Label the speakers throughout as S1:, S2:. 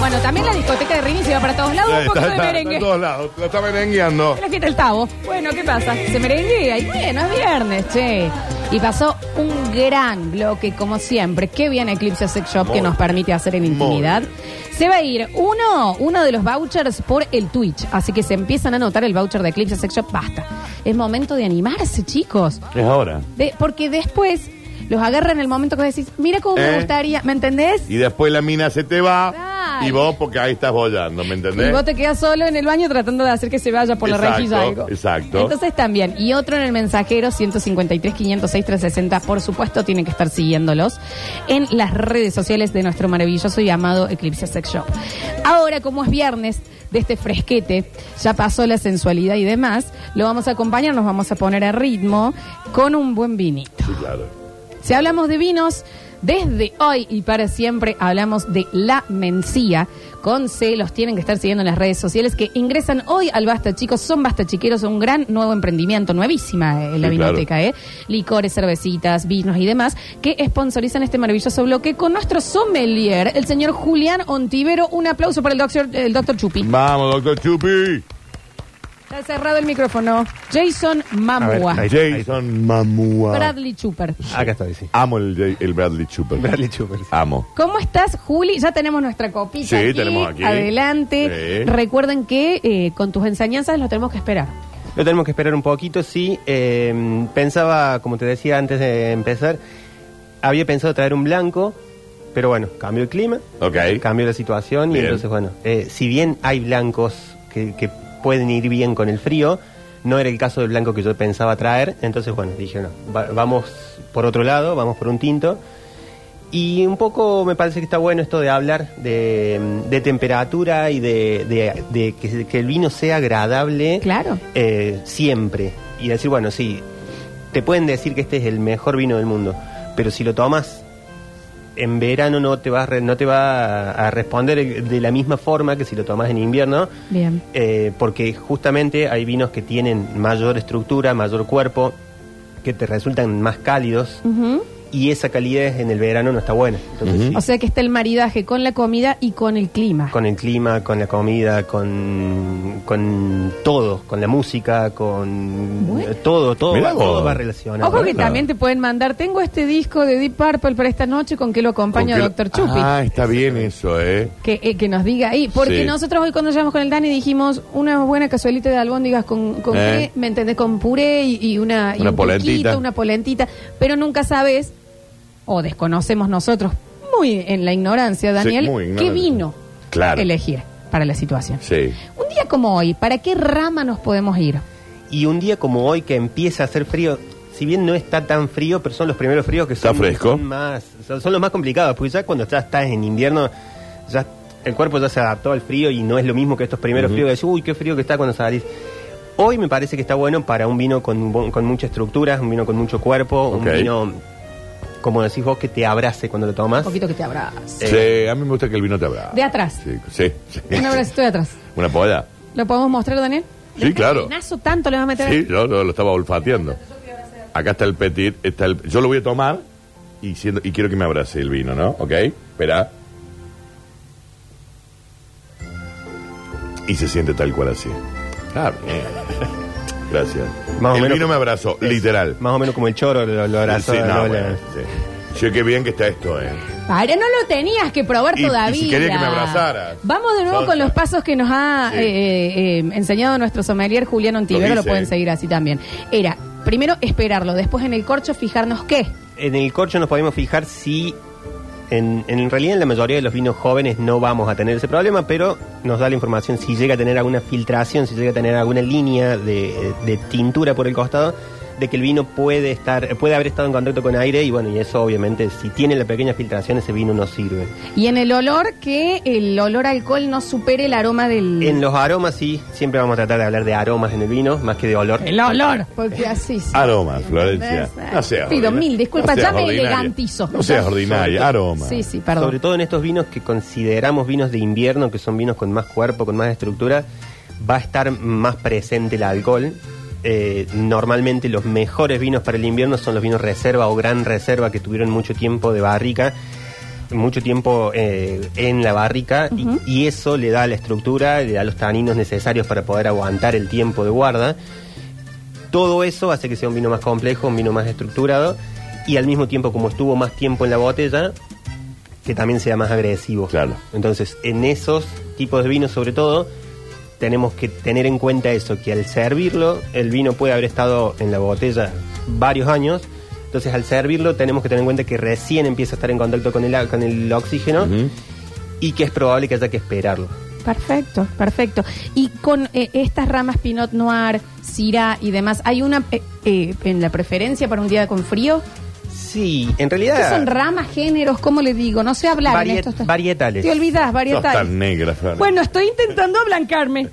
S1: Bueno, también la discoteca de Rini se va para todos lados
S2: Ya
S1: un
S2: está,
S1: poquito de
S2: está, está
S1: merengue.
S2: en todos lados. La está merengueando.
S1: Es la fiesta del Tavo. Bueno, ¿qué pasa? Se merenguea y bueno, es viernes, che. Y pasó un gran bloque, como siempre. Qué bien Eclipse Sex Shop
S2: Muy
S1: que nos permite hacer en
S2: bien.
S1: intimidad. Se va a ir uno, uno de los vouchers por el Twitch. Así que se empiezan a anotar el voucher de Eclipse Sex Shop. Basta. Es momento de animarse, chicos.
S3: Es ahora.
S1: De- porque después los agarra en el momento que vos decís, mira cómo me
S2: ¿Eh?
S1: gustaría, ¿me entendés?
S2: Y después la mina se te va.
S1: Claro.
S2: Y vos, porque ahí estás bollando, ¿me entendés?
S1: Y vos te quedas solo en el baño tratando de hacer que se vaya por la
S2: Exacto,
S1: rejilla algo.
S2: exacto.
S1: Entonces también. Y otro en el mensajero, 153, 506, 360. Por supuesto, tienen que estar siguiéndolos en las redes sociales de nuestro maravilloso y amado Eclipse Sex Show. Ahora, como es viernes de este fresquete, ya pasó la sensualidad y demás, lo vamos a acompañar, nos vamos a poner a ritmo con un buen vinito.
S2: Sí, claro.
S1: Si hablamos de vinos, desde hoy y para siempre hablamos de la mencía. Con C los tienen que estar siguiendo en las redes sociales que ingresan hoy al Basta, chicos. Son Basta Chiqueros, un gran nuevo emprendimiento, nuevísima eh, la
S2: Sí, claro.
S1: vinoteca, ¿eh? Licores, cervecitas, vinos y demás, que sponsorizan este maravilloso bloque con nuestro sommelier, el señor Julián Ontivero. Un aplauso para el doctor, el doctor Chupi.
S2: Vamos, doctor Chupi.
S1: Está cerrado el micrófono. Jason Mamua.
S3: A ver, ahí-
S2: Jason Mamua.
S1: Bradley Chuper.
S3: Acá está, sí.
S2: Amo el, J- el Bradley Chuper.
S3: Bradley Chuper. sí.
S2: Amo.
S1: ¿Cómo estás, Juli? Ya tenemos nuestra copita.
S2: Sí,
S1: aquí.
S2: tenemos aquí.
S1: Adelante.
S2: Sí.
S1: Recuerden que eh, con tus enseñanzas lo tenemos que esperar.
S3: Lo tenemos que esperar un poquito, sí. Eh, pensaba, como te decía antes de empezar, había pensado traer un blanco, pero bueno, cambió el clima,
S2: Ok.
S3: cambió la situación
S2: Bien.
S3: y entonces, bueno, eh, si bien hay blancos que, que pueden ir bien con el frío, no era el caso del blanco que yo pensaba traer, entonces, bueno, dije, no, va- vamos por otro lado, vamos por un tinto. Y un poco me parece que está bueno esto de hablar de, de temperatura y de, de- de que, que el vino sea agradable
S1: Claro.
S3: eh, siempre. Y decir, bueno, sí, te pueden decir que este es el mejor vino del mundo, pero si lo tomas en verano no te va a, re- no te va a responder de la misma forma que si lo tomas en invierno,
S1: Bien.
S3: eh, porque justamente hay vinos que tienen mayor estructura, mayor cuerpo, que te resultan más cálidos
S1: Ujú.
S3: y esa calidez en el verano no está buena. Entonces,
S2: Ujú.
S3: sí,
S1: O sea que está el maridaje con la comida y con el clima.
S3: con el clima, con la comida, con, con todo, con la música, con
S1: Bueno.
S3: eh, todo, todo,
S2: Mirá
S3: va, todo
S2: vos.
S3: va relacionado. ¿eh?
S1: Ojo que
S2: Claro.
S1: también te pueden mandar. Tengo este disco de Deep Purple para esta noche con que lo acompaña
S2: Con que-
S1: Doctor Chupi.
S2: Ah, está bien eso, ¿eh?
S1: Que, eh, que nos diga ahí. Porque
S2: Sí.
S1: nosotros hoy cuando llegamos con el Dani dijimos una buena cazuelita de albóndigas con, con
S2: Eh.
S1: qué, ¿me entendés? Con puré y, y una, y
S2: Una
S1: un
S2: polentita.
S1: poquito, una polentita. Pero nunca sabes, o desconocemos nosotros, muy en la ignorancia, Daniel,
S2: Sí, muy
S1: qué
S2: ignorante.
S1: vino
S2: Claro.
S1: elegir para la situación.
S2: Sí.
S1: Un día como hoy, ¿para qué rama nos podemos ir?
S3: Y un día como hoy que empieza a hacer frío, si bien no está tan frío, pero son los primeros fríos que son,
S2: Está fresco.
S3: son más, son, son los más complicados, porque ya cuando ya estás en invierno, ya el cuerpo ya se adaptó al frío y no es lo mismo que estos primeros
S2: Ujú.
S3: fríos que decís, uy, qué frío que está cuando salís. Hoy me parece que está bueno para un vino con, bu- con mucha estructura, un vino con mucho cuerpo,
S2: Ok.
S3: un vino, como decís vos, que te abrace cuando lo
S1: Un
S3: tomas.
S1: poquito que te abrazo.
S3: Eh.
S2: Sí, a mí me gusta que el vino te abra.
S1: De atrás.
S2: Sí, sí. sí.
S1: Un abracito de atrás.
S2: Una polla.
S1: ¿Lo podemos mostrar, Daniel?
S2: Sí, claro.
S1: Nazo tanto le vas a meter.
S2: Sí, yo lo, lo estaba olfateando. Acá está el petit, está el- yo lo voy a tomar y, siendo- y quiero que me abrace el vino, ¿no? ¿Ok? Espera. Y se siente tal cual así. Está bien. Gracias.
S3: Más o
S2: el
S3: menos-
S2: vino me abrazó,
S3: Es
S2: literal.
S3: Más o menos como el choro lo, lo abrazó.
S2: Sí, no,
S3: lo-
S2: bueno,
S3: lo-
S2: sí. Che, qué bien que está esto, ¿eh?
S1: Ahora no lo tenías que probar
S2: Y- y si
S1: todavía.
S2: quería que me abrazaras.
S1: Vamos de nuevo
S2: Sosa.
S1: con los pasos que nos ha
S2: Sí.
S1: eh, eh, eh, enseñado nuestro sommelier Julián Ontivero.
S2: Lo
S1: Lo
S2: dice.
S1: pueden seguir así también. Era primero esperarlo, después en el corcho fijarnos qué.
S3: En el corcho nos podemos fijar si. En, en realidad, en la mayoría de los vinos jóvenes no vamos a tener ese problema, pero nos da la información si llega a tener alguna filtración, si llega a tener alguna línea de, de tintura por el costado, de que el vino puede estar puede haber estado en contacto con aire y bueno, y eso obviamente, si tiene la pequeña filtración, ese vino no sirve.
S1: Y en el olor que el olor a alcohol no supere el aroma del.
S3: En los aromas sí, siempre vamos a tratar de hablar de aromas en el vino, más que de olor.
S1: El olor. Porque así. sí.
S2: Aromas, Florencia. No seas
S1: Pido
S2: ordinaria.
S1: mil disculpas,
S2: No seas
S1: ya me
S2: ordinaria.
S1: elegantizo.
S2: No seas ordinaria, aroma.
S1: Sí, sí, perdón.
S3: Sobre todo en estos vinos que consideramos vinos de invierno, que son vinos con más cuerpo, con más estructura, va a estar más presente el alcohol. Eh, normalmente los mejores vinos para el invierno son los vinos reserva o gran reserva que tuvieron mucho tiempo de barrica. mucho tiempo eh, en la barrica y-
S1: Ujú.
S3: y, eso le da la estructura, le da los taninos necesarios para poder aguantar el tiempo de guarda. Todo eso hace que sea un vino más complejo, un vino más estructurado y al mismo tiempo como estuvo más tiempo en la botella, que también sea más agresivo.
S2: Claro.
S3: Entonces, en esos tipos de vinos sobre todo, tenemos que tener en cuenta eso, que al servirlo, el vino puede haber estado en la botella varios años. Entonces, al servirlo, tenemos que tener en cuenta que recién empieza a estar en contacto con el, a- con el oxígeno
S2: Ujú.
S3: y que es probable que haya que esperarlo.
S1: Perfecto, perfecto. Y con eh, estas ramas Pinot Noir, Syrah y demás, ¿hay una eh, eh, en la preferencia para un día con frío?
S3: Sí, en
S1: ¿Qué
S3: realidad...
S1: son ramas, géneros? ¿Cómo les digo? No sé hablar en
S3: Variet-
S1: estos te-
S3: varietales.
S1: Te olvidas,
S2: Sos tan
S1: varietales.
S2: negra, Flor.
S1: Bueno, estoy intentando ablancarme.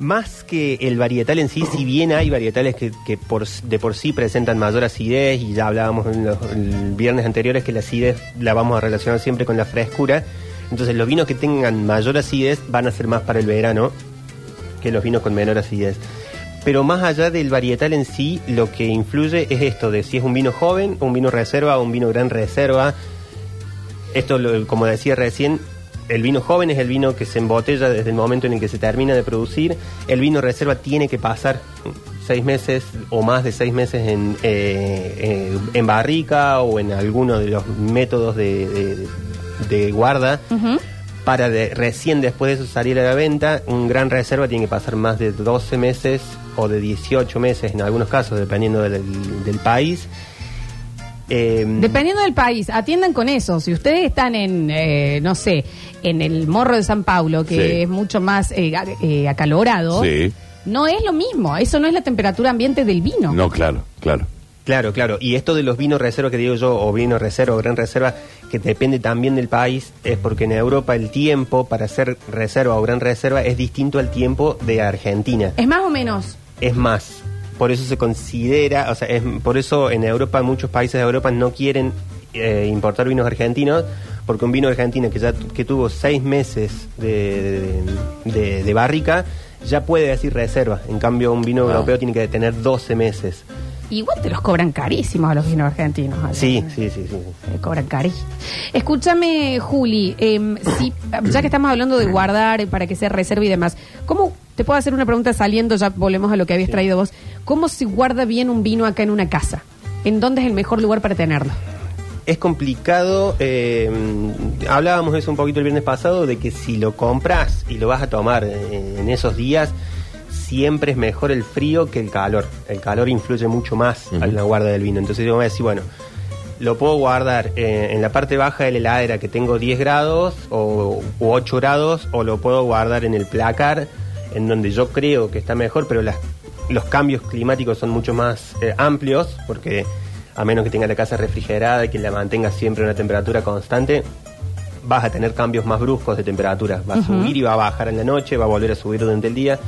S3: Más que el varietal en sí, si bien hay varietales que, que por, de por sí presentan mayor acidez, y ya hablábamos en los el viernes anteriores que la acidez la vamos a relacionar siempre con la frescura, entonces los vinos que tengan mayor acidez van a ser más para el verano que los vinos con menor acidez. Pero más allá del varietal en sí, lo que influye es esto de si es un vino joven, un vino reserva, un vino gran reserva, esto, lo- como decía recién, el vino joven es el vino que se embotella desde el momento en el que se termina de producir. El vino reserva tiene que pasar seis meses o más de seis meses en, eh, eh, en barrica o en alguno de los métodos de, de- de guarda
S1: Ujú.
S3: para de- recién después de eso salir a la venta. Un gran reserva tiene que pasar más de 12 meses o de 18 meses en algunos casos, dependiendo del, del país. Eh,
S1: Dependiendo del país, atiendan con eso. Si ustedes están en, eh, no sé, en el Morro de San Paulo, que
S2: Sí.
S1: es mucho más eh, a- eh, acalorado,
S2: Sí.
S1: no es lo mismo. Eso no es la temperatura ambiente del vino.
S2: No, claro, claro.
S3: Claro, claro. Y esto de los vinos reserva que digo yo, o vino reserva o gran reserva, que depende también del país, es porque en Europa el tiempo para hacer reserva o gran reserva es distinto al tiempo de Argentina.
S1: Es más o menos.
S3: Es más, por eso se considera, o sea, es, por eso en Europa, muchos países de Europa no quieren eh, importar vinos argentinos, porque un vino argentino que ya tu- que tuvo seis meses de, de- de- de barrica, ya puede decir reserva. En cambio, un vino
S2: Ah.
S3: europeo tiene que tener 12 meses.
S1: Igual te los cobran carísimos a los vinos argentinos. Ale.
S3: Sí, sí, sí, sí.
S1: Te Eh, cobran carísimo. Escúchame, Juli, em, si- ya que estamos hablando de guardar eh, para que se reserve y demás, ¿cómo te puedo hacer una pregunta saliendo? Ya volvemos a lo que habías traído vos. ¿Cómo se guarda bien un vino acá en una casa? ¿En dónde es el mejor lugar para tenerlo?
S3: Es complicado, eh, hablábamos de eso un poquito el viernes pasado, de que si lo compras y lo vas a tomar eh, en esos días, siempre es mejor el frío que el calor. El calor influye mucho más
S2: Ujú.
S3: a la guarda del vino. Entonces yo voy a decir, bueno, lo puedo guardar eh, en la parte baja de la heladera que tengo 10 grados o, u 8 grados, o lo puedo guardar en el placar, en donde yo creo que está mejor, pero las- los cambios climáticos son mucho más eh, amplios, porque a menos que tenga la casa refrigerada y que la mantenga siempre a una temperatura constante, vas a tener cambios más bruscos de temperatura. Va a subir y va a bajar en la noche, va a volver a subir durante el día.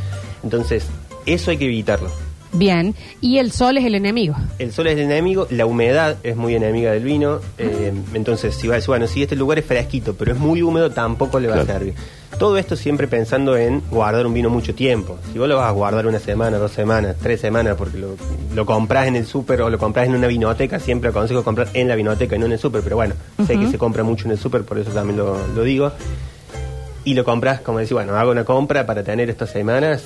S3: Entonces, eso hay que evitarlo.
S1: Bien. Y el sol es el enemigo.
S3: El sol es el enemigo, la humedad es muy enemiga del vino. eh, entonces, si va a decir, bueno, si este lugar es fresquito, pero es muy húmedo, tampoco le va a
S2: Claro.
S3: servir. Todo esto siempre pensando en guardar un vino mucho tiempo. Si vos lo vas a guardar una semana, dos semanas, tres semanas, porque lo, lo compras en el súper o lo compras en una vinoteca, siempre aconsejo comprar en la vinoteca y no en el súper, pero bueno, sé que se compra mucho en el súper, por eso también lo, lo digo. Y lo compras, como decir, bueno, hago una compra para tener estas semanas,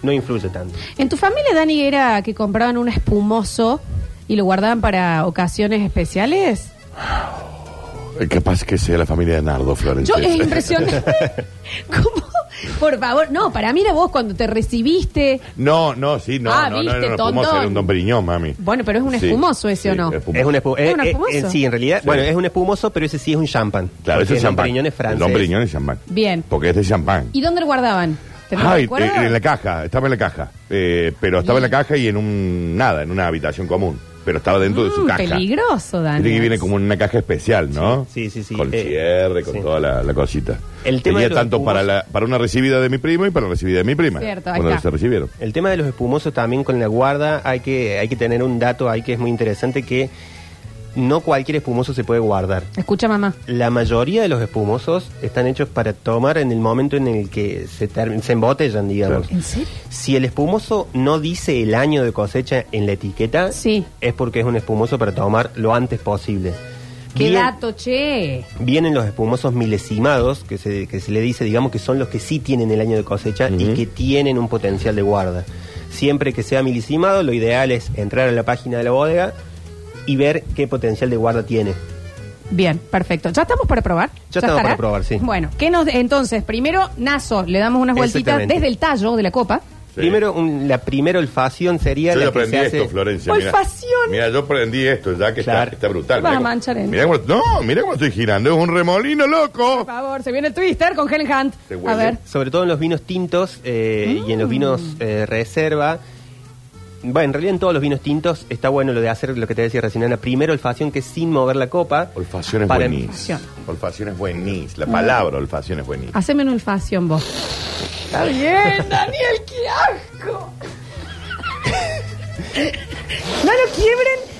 S3: no influye tanto.
S1: En tu familia, Dani, era que compraban un espumoso y lo guardaban para ocasiones especiales.
S2: Eh, Capaz que sea la familia de Nardo, Florencia.
S1: Yo es impresionante. ¿Cómo? Por favor, no, para mí era vos cuando te recibiste.
S2: No, no, sí, no,
S1: Ah,
S2: no, no
S1: viste,
S2: era un espumoso,
S1: tontón.
S2: era un don Periñón, mami.
S1: Bueno, pero es un
S2: Sí,
S1: espumoso ese, ¿o
S2: sí,
S1: no?
S3: Es un, espu-
S1: ¿Es
S3: eh,
S1: un
S3: eh,
S1: espumoso?
S3: eh, sí, en realidad.
S2: Sí.
S3: Bueno, es un espumoso, pero ese sí es un champán.
S2: Claro, ese es
S3: Porque el Dom
S2: champán.
S3: Periñón es
S2: El
S3: francés.
S2: Don Periñón es champán.
S1: Bien.
S2: Porque es de champán.
S1: ¿Y dónde lo guardaban? ¿Tenés
S2: Ay,
S1: recuerdo?
S2: eh, en la caja, estaba en la caja. Eh, pero estaba en la caja y en un. nada, en una habitación común. Pero estaba dentro de su
S1: Mm,
S2: caja.
S1: peligroso, Dani.
S2: Viste que viene como en una caja especial, ¿no?
S3: Sí, sí, sí, sí.
S2: Con
S3: Eh,
S2: cierre, con
S3: sí.
S2: toda la, la cosita.
S3: El tema
S2: Tenía
S3: de los
S2: tanto para,
S3: espumosos-
S2: la, para una recibida de mi primo y para la recibida de mi prima.
S1: Cierto, ahí
S2: cuando
S1: está.
S2: se recibieron.
S3: El tema de los espumosos también con la guarda, hay que, hay que tener un dato ahí que es muy interesante que no cualquier espumoso se puede guardar.
S1: Escucha, mamá.
S3: La mayoría de los espumosos están hechos para tomar en el momento en el que se, term- se embotellan, digamos.
S1: ¿En serio?
S3: Si el espumoso no dice el año de cosecha en la etiqueta,
S1: Sí.
S3: es porque es un espumoso para tomar lo antes posible.
S1: Qué
S3: Bien-
S1: dato, che.
S3: Vienen los espumosos milesimados, que se, que se le dice, digamos que son los que sí tienen el año de cosecha y
S2: Ujú.
S3: que tienen un potencial de guarda. Siempre que sea milesimado, lo ideal es entrar a la página de la bodega y ver qué potencial de guarda tiene.
S1: Bien, perfecto. ¿Ya estamos para probar?
S3: Ya estamos
S1: estará?
S3: para probar, sí.
S1: Bueno, ¿qué nos, entonces, primero, Naso, le damos unas vueltitas
S3: Exactamente.
S1: desde el tallo de la copa.
S2: Sí.
S3: Primero, un- la primera olfación sería
S2: Yo
S3: la
S2: ya
S3: que
S2: aprendí
S3: se hace...
S2: esto, Florencia. mira.
S1: Olfacción.
S2: Mira, yo aprendí esto, ya que
S3: Claro.
S2: está, está brutal.
S1: Vas
S2: Mira
S1: a
S2: cómo-
S1: manchar el-
S2: mira cómo- no, mira cómo estoy girando, es un remolino loco.
S1: Por favor, se viene el twister con Helen Hunt.
S2: Se
S1: A
S2: huele.
S1: ver.
S3: Sobre todo en los vinos tintos eh, y en los vinos eh, reserva. Bueno, en realidad en todos los vinos tintos está bueno lo de hacer lo que te decía recién, la primera olfacción que es sin mover la copa.
S2: Olfacción es
S3: Para-
S2: buenís.
S1: Olfacción.
S2: Olfacción es buenís. La palabra olfacción es buenís.
S3: Ah,
S1: Haceme una olfacción vos. Está bien, Daniel, qué asco. no lo quiebren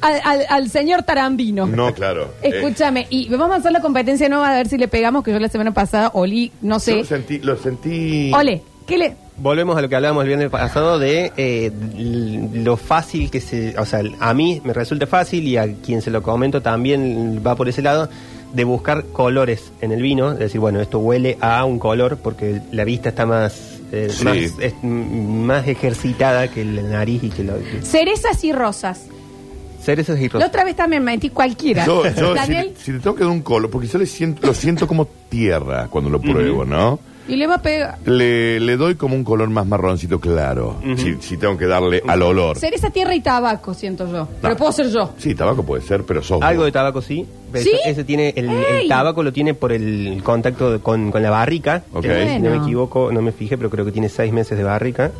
S1: al, al- al señor Tarambino.
S2: No, eh. claro.
S1: Escúchame, y vamos a hacer la competencia nueva a ver si le pegamos, que yo la semana pasada olí, no
S2: Eh, yo lo
S1: sé.
S2: sentí. Lo sentí
S1: Ole, ¿qué le...?
S3: Volvemos a lo que hablábamos el viernes pasado de eh, l- lo fácil que se... O sea, a mí me resulta fácil y a quien se lo comento también va por ese lado, de buscar colores en el vino. Es decir, bueno, esto huele a un color porque la vista está más, eh,
S2: Sí.
S3: más, es- m- más ejercitada que la nariz y que lo... que-
S1: Cerezas y rosas.
S3: Cerezas y
S1: La
S3: rosas.
S1: otra vez también me metí cualquiera.
S2: Yo, yo, si,
S1: Daniel,
S2: si le tengo que dar un color, porque yo le siento, lo siento como tierra cuando lo pruebo, ¿no?
S1: y le va a pegar...
S2: Le, le doy como un color más marroncito claro, si, si tengo que darle al olor.
S1: Cereza, tierra y tabaco, siento yo. Pero puedo ser yo.
S2: Sí, tabaco puede ser, pero sos
S3: Algo
S2: vos.
S3: de tabaco sí. pero
S1: ¿Sí?
S3: eso- Ese tiene el, el
S1: ¡Ey!
S3: tabaco lo tiene por el contacto de- con, con la barrica.
S2: Ok.
S3: Eh, Si no me
S1: Bueno.
S3: equivoco, no me fijé, pero creo que tiene seis meses de barrica.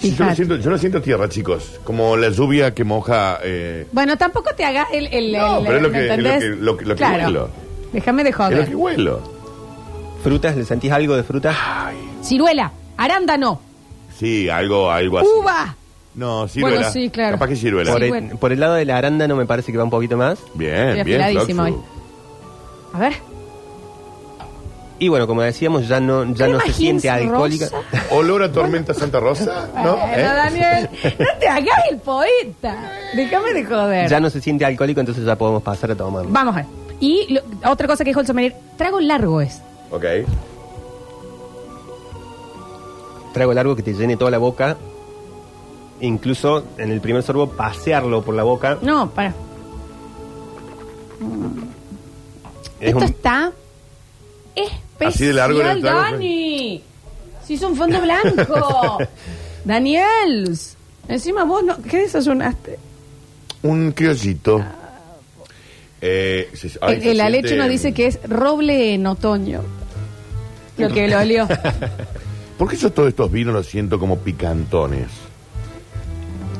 S2: Sí, yo,
S1: Fíjate.
S2: lo siento, yo lo siento tierra, chicos. Como la lluvia que moja. eh,
S1: Bueno, tampoco te hagas el, el,
S2: No,
S1: el-
S2: pero es lo
S1: ¿me
S2: que- es lo
S1: entendés?
S2: que- lo que- lo que
S1: Claro.
S2: huelo.
S1: Déjame de
S2: es lo que
S1: joder.
S2: huelo.
S3: Frutas, ¿le sentís algo de frutas?
S1: Ah, Ciruela, arándano,
S2: Sí, algo, algo así.
S1: uva.
S2: No, ciruela.
S1: Bueno, sí, claro.
S2: Capaz que ciruela.
S1: Sí,
S3: por, el,
S1: bueno.
S3: por el lado de la arándano me parece que va un poquito más.
S2: Bien,
S1: Estoy
S2: bien.
S1: afiladísima
S2: Floxu.
S1: hoy. A ver.
S3: Y bueno, como decíamos, ya no, ya no
S1: crema
S3: se
S1: Heinz
S3: siente alcohólica.
S1: rosa.
S2: Olor a tormenta Santa Rosa, ¿no?
S1: Bueno,
S2: ¿Eh?
S1: Daniel, no te hagas el poeta. Déjame de joder.
S3: Ya no se siente alcohólico, entonces ya podemos pasar a tomar.
S1: Vamos a ver. Y lo- otra cosa que dijo el sommelier, trago largo es.
S2: Ok.
S3: Trago largo que te llene toda la boca. Incluso en el primer sorbo, pasearlo por la boca.
S1: No, para.
S3: Es
S1: Esto
S3: un-
S1: está especial,
S2: Así de largo era el trago, pues.
S1: Dani. Si hizo un fondo blanco. Daniel, encima vos, no, ¿qué desayunaste?
S2: Un criollito. Eh, se- ay,
S1: El-
S2: se
S1: el Alecho
S2: siente-
S1: nos dice que es roble en otoño. Lo que lo olió.
S2: ¿Por qué yo todos estos vinos los siento como picantones?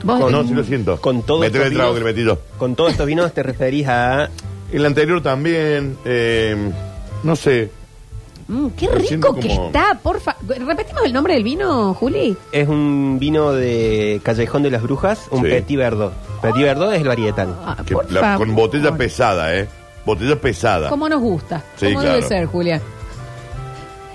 S1: Vos-
S2: No, sí lo siento.
S3: Con todos
S2: Metele
S3: estos
S2: el trago que
S3: vinos-
S2: le metí yo.
S3: Con todos estos vinos te referís a
S2: El anterior también. eh, no sé.
S1: Mm, qué
S2: lo siento
S1: rico que
S2: como-
S1: está, porfa. ¿Repetimos el nombre del vino, Juli?
S3: Es un vino de Callejón de las Brujas, un
S2: Sí.
S3: Petit Verdot. Petit Verdot es el varietal.
S1: Ah,
S2: que
S1: por
S2: la-
S1: favor.
S2: con botella pesada, ¿eh? Botella pesada.
S1: Como nos gusta.
S2: Sí,
S1: como debe
S2: claro.
S1: ser, Julia.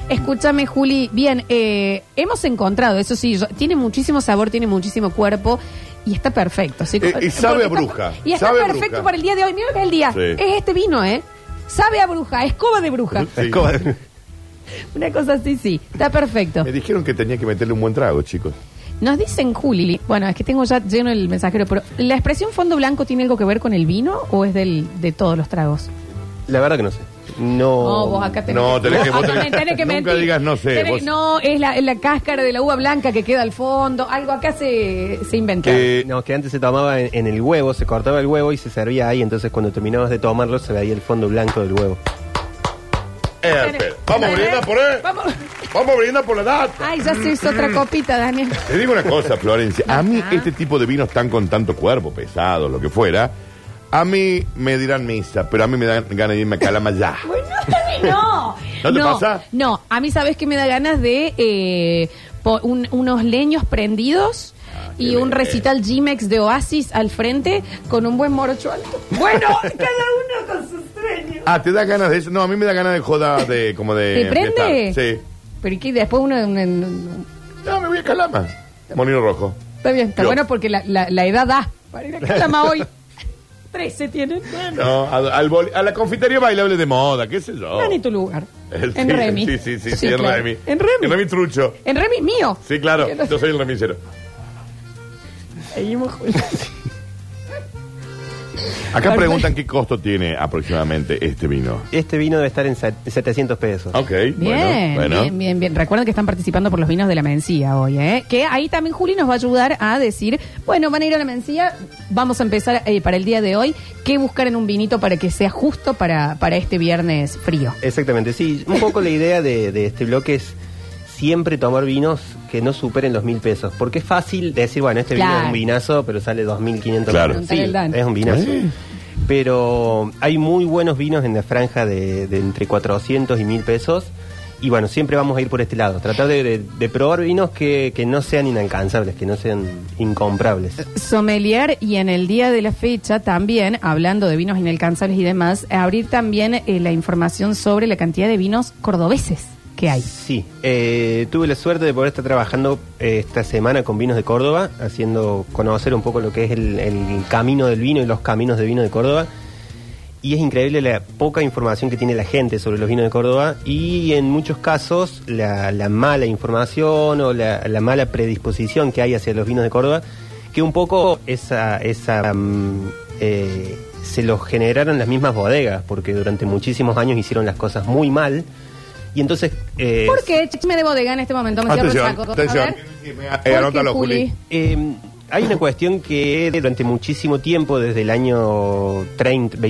S1: Escúchame, Juli. Bien, eh, hemos encontrado, eso sí, yo- tiene muchísimo sabor, tiene muchísimo cuerpo y está perfecto. ¿sí?
S2: Eh, y
S1: Porque
S2: sabe a
S1: está-
S2: bruja,
S1: y está
S2: sabe a
S1: perfecto
S2: bruja.
S1: para el día de hoy. Mira lo que es el día.
S2: Sí.
S1: Es este vino, ¿eh? Sabe a bruja, escoba de bruja.
S2: Sí.
S3: Escoba.
S1: Una cosa así, sí. Está perfecto.
S2: Me dijeron que tenía que meterle un buen trago, chicos.
S1: Nos dicen, Juli, bueno, es que tengo ya lleno el mensajero, pero ¿la expresión fondo blanco tiene algo que ver con el vino o es del, de todos los tragos?
S3: La verdad que no sé.
S1: No,
S3: No.
S1: vos acá tenés
S2: Oh, No, tenés que-
S1: Ah,
S2: vos
S1: no,
S2: tenés-
S1: tenés que
S2: nunca
S1: mentir.
S2: digas no sé,
S1: Tenés-
S2: vos-
S1: No, es la, es la cáscara de la uva blanca que queda al fondo. Algo acá se, se inventa.
S2: Eh,
S3: No, que antes se tomaba en, en el huevo, se cortaba el huevo y se servía ahí, entonces cuando terminabas de tomarlo se veía el fondo blanco del huevo.
S2: Eh, espera. Vamos a brindar por él.
S1: Vamos. Ah.
S2: Vamos a brindar por la data.
S1: Ay, ya se hizo otra copita, Daniel.
S2: Te digo una cosa, Florencia. A mí, este tipo de vinos tan con tanto cuerpo, pesado, lo que fuera, a mí me dirán misa, pero a mí me dan ganas de irme a Calamaya.
S1: Bueno, Pues Dani, no.
S2: ¿No te pasa?
S1: No, a mí sabes que me da ganas de eh, po- un- unos leños prendidos. Y
S2: Ah, qué
S1: un
S2: bien.
S1: recital G-Mex de Oasis al frente con un buen morocho alto. Bueno, cada uno con sus sueños.
S2: Ah, ¿te da ganas de eso? No, a mí me da ganas de joda, de como de...
S1: ¿Te prende?
S2: fiestar. Eh, Sí.
S1: Pero ¿y qué? Después uno... un- un-
S2: No, me voy a Calama. Molino Rojo.
S1: Está bien, está
S2: Yo.
S1: bueno porque la, la- la edad da para ir a cama hoy. 13 tienen. Bueno,
S2: No, a, al boli- a la confitería bailable de moda, qué sé yo.
S1: dan en tu lugar.
S2: Eh,
S1: en
S2: Oh. sí,
S1: Remy.
S2: Sí, sí, sí, sí, en
S1: claro.
S2: Remy.
S1: En Remy.
S2: En Remy Trucho.
S1: En Remy mío.
S2: Sí, claro,
S1: Quiero-
S2: yo soy el remisero.
S1: Seguimos juntos.
S2: Acá
S1: Perfecto.
S2: preguntan qué costo tiene aproximadamente este vino.
S3: Este vino debe estar en set- 700 pesos.
S2: Ok,
S1: Bien,
S2: bueno, bueno.
S1: bien, bien, bien. Recuerden que están participando por los vinos de la Mencía hoy, ¿eh? Que ahí también Juli nos va a ayudar a decir, bueno, van a ir a la Mencía, vamos a empezar eh, para el día de hoy, qué buscar en un vinito para que sea justo para, para este viernes frío.
S3: Exactamente, sí. Un poco la idea de, de este bloque es siempre tomar vinos que no superen los mil pesos. Porque es fácil decir, bueno, este vino
S1: Claro.
S3: es un vinazo, pero sale 2.500
S2: Claro.
S3: pesos.
S1: Preguntale
S3: Sí,
S1: al Dan.
S3: es un vinazo.
S2: Eh.
S3: Pero hay muy buenos vinos en la franja de, de entre 400 y 1.000 pesos. Y bueno, siempre vamos a ir por este lado. Tratar de, de- de probar vinos que, que no sean inalcanzables, que no sean incomprables.
S1: Sommelier y en el día de la fecha también, hablando de vinos inalcanzables y demás, abrir también eh, la información sobre la cantidad de vinos cordobeses que hay.
S3: Sí, eh, tuve la suerte de poder estar trabajando eh, esta semana con Vinos de Córdoba, haciendo conocer un poco lo que es el, el camino del vino y los caminos de vino de Córdoba. Y es increíble la poca información que tiene la gente sobre los vinos de Córdoba y en muchos casos la, la mala información o la, la mala predisposición que hay hacia los vinos de Córdoba, que un poco esa, esa mm, eh, se los generaron las mismas bodegas, porque durante muchísimos años hicieron las cosas muy mal. Y entonces... eh,
S1: Porque chisme de bodega en este momento me cierro el
S2: Atención,
S1: saco. A
S2: atención.
S1: ver.
S2: Eh,
S1: Porque,
S2: anótalo, Juli.
S3: Eh, hay una cuestión que durante muchísimo tiempo, desde el año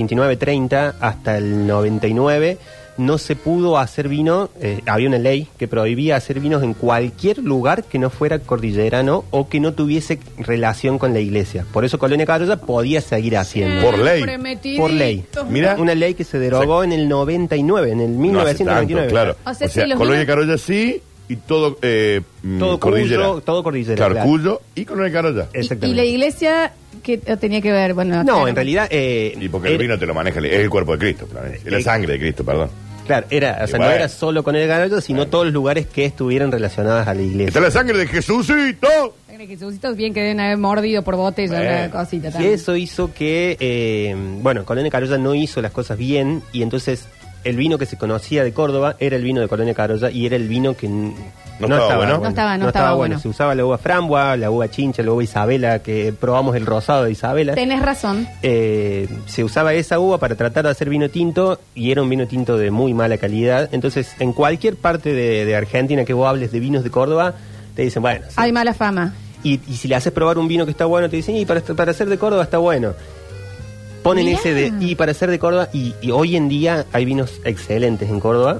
S3: 29-30 hasta el 99, no se pudo hacer vino. eh, había una ley que prohibía hacer vinos en cualquier lugar que no fuera cordillerano o que no tuviese relación con la iglesia. Por eso Colonia Carolla podía seguir haciendo.
S1: Eh,
S2: Por ley.
S1: Prometidito.
S3: Por ley.
S2: Mira.
S3: Una ley que se derogó en el 99, en el
S2: No hace
S3: 1999.
S2: tanto, claro.
S1: O
S2: O
S1: sea,
S2: sea,
S1: si los
S2: Colonia
S1: vinos-
S2: Carolla sí y todo, eh, mm,
S3: Todo Cuyo,
S2: Cordillera.
S3: todo Cordillera,
S2: Claro, Eh,
S3: claro.
S2: Cuyo y Colonia Carolla.
S1: Y-
S3: Exactamente.
S1: Y, la iglesia que tenía que ver, bueno,
S3: No,
S1: claro.
S3: en realidad... eh,
S2: Y porque el
S3: era-
S2: vino te lo maneja, el- es el cuerpo de Cristo, Florencia, es la
S3: Eh,
S2: sangre de Cristo, perdón.
S3: Claro, era, o sea,
S2: Y bueno.
S3: no era solo con el ganado, sino todos los lugares que estuvieran relacionados a la
S2: Está
S3: iglesia.
S2: la sangre de Jesucito.
S1: Sangre de Jesucito, bien que deben haber mordido por botella
S2: Bueno.
S1: una cosita
S3: Y
S1: también.
S3: eso hizo que, eh, bueno, Colonia Carolla no hizo las cosas bien y entonces el vino que se conocía de Córdoba era el vino de Colonia Carolla y era el vino que n-
S2: No estaba bueno.
S1: No estaba, no estaba bueno.
S3: Se usaba la uva frambua, la uva chincha, la uva Isabela, que probamos el rosado de Isabela.
S1: Tenés razón.
S3: Eh, se usaba esa uva para tratar de hacer vino tinto y era un vino tinto de muy mala calidad. Entonces, en cualquier parte de, de Argentina que vos hables de vinos de Córdoba, te dicen, bueno, sí.
S1: Hay mala fama.
S3: y, y si le haces probar un vino que está bueno, te dicen, y para, para ser de Córdoba está bueno. Ponen
S1: Mirá.
S3: ese de, y para ser de Córdoba, y, y hoy en día hay vinos excelentes en Córdoba.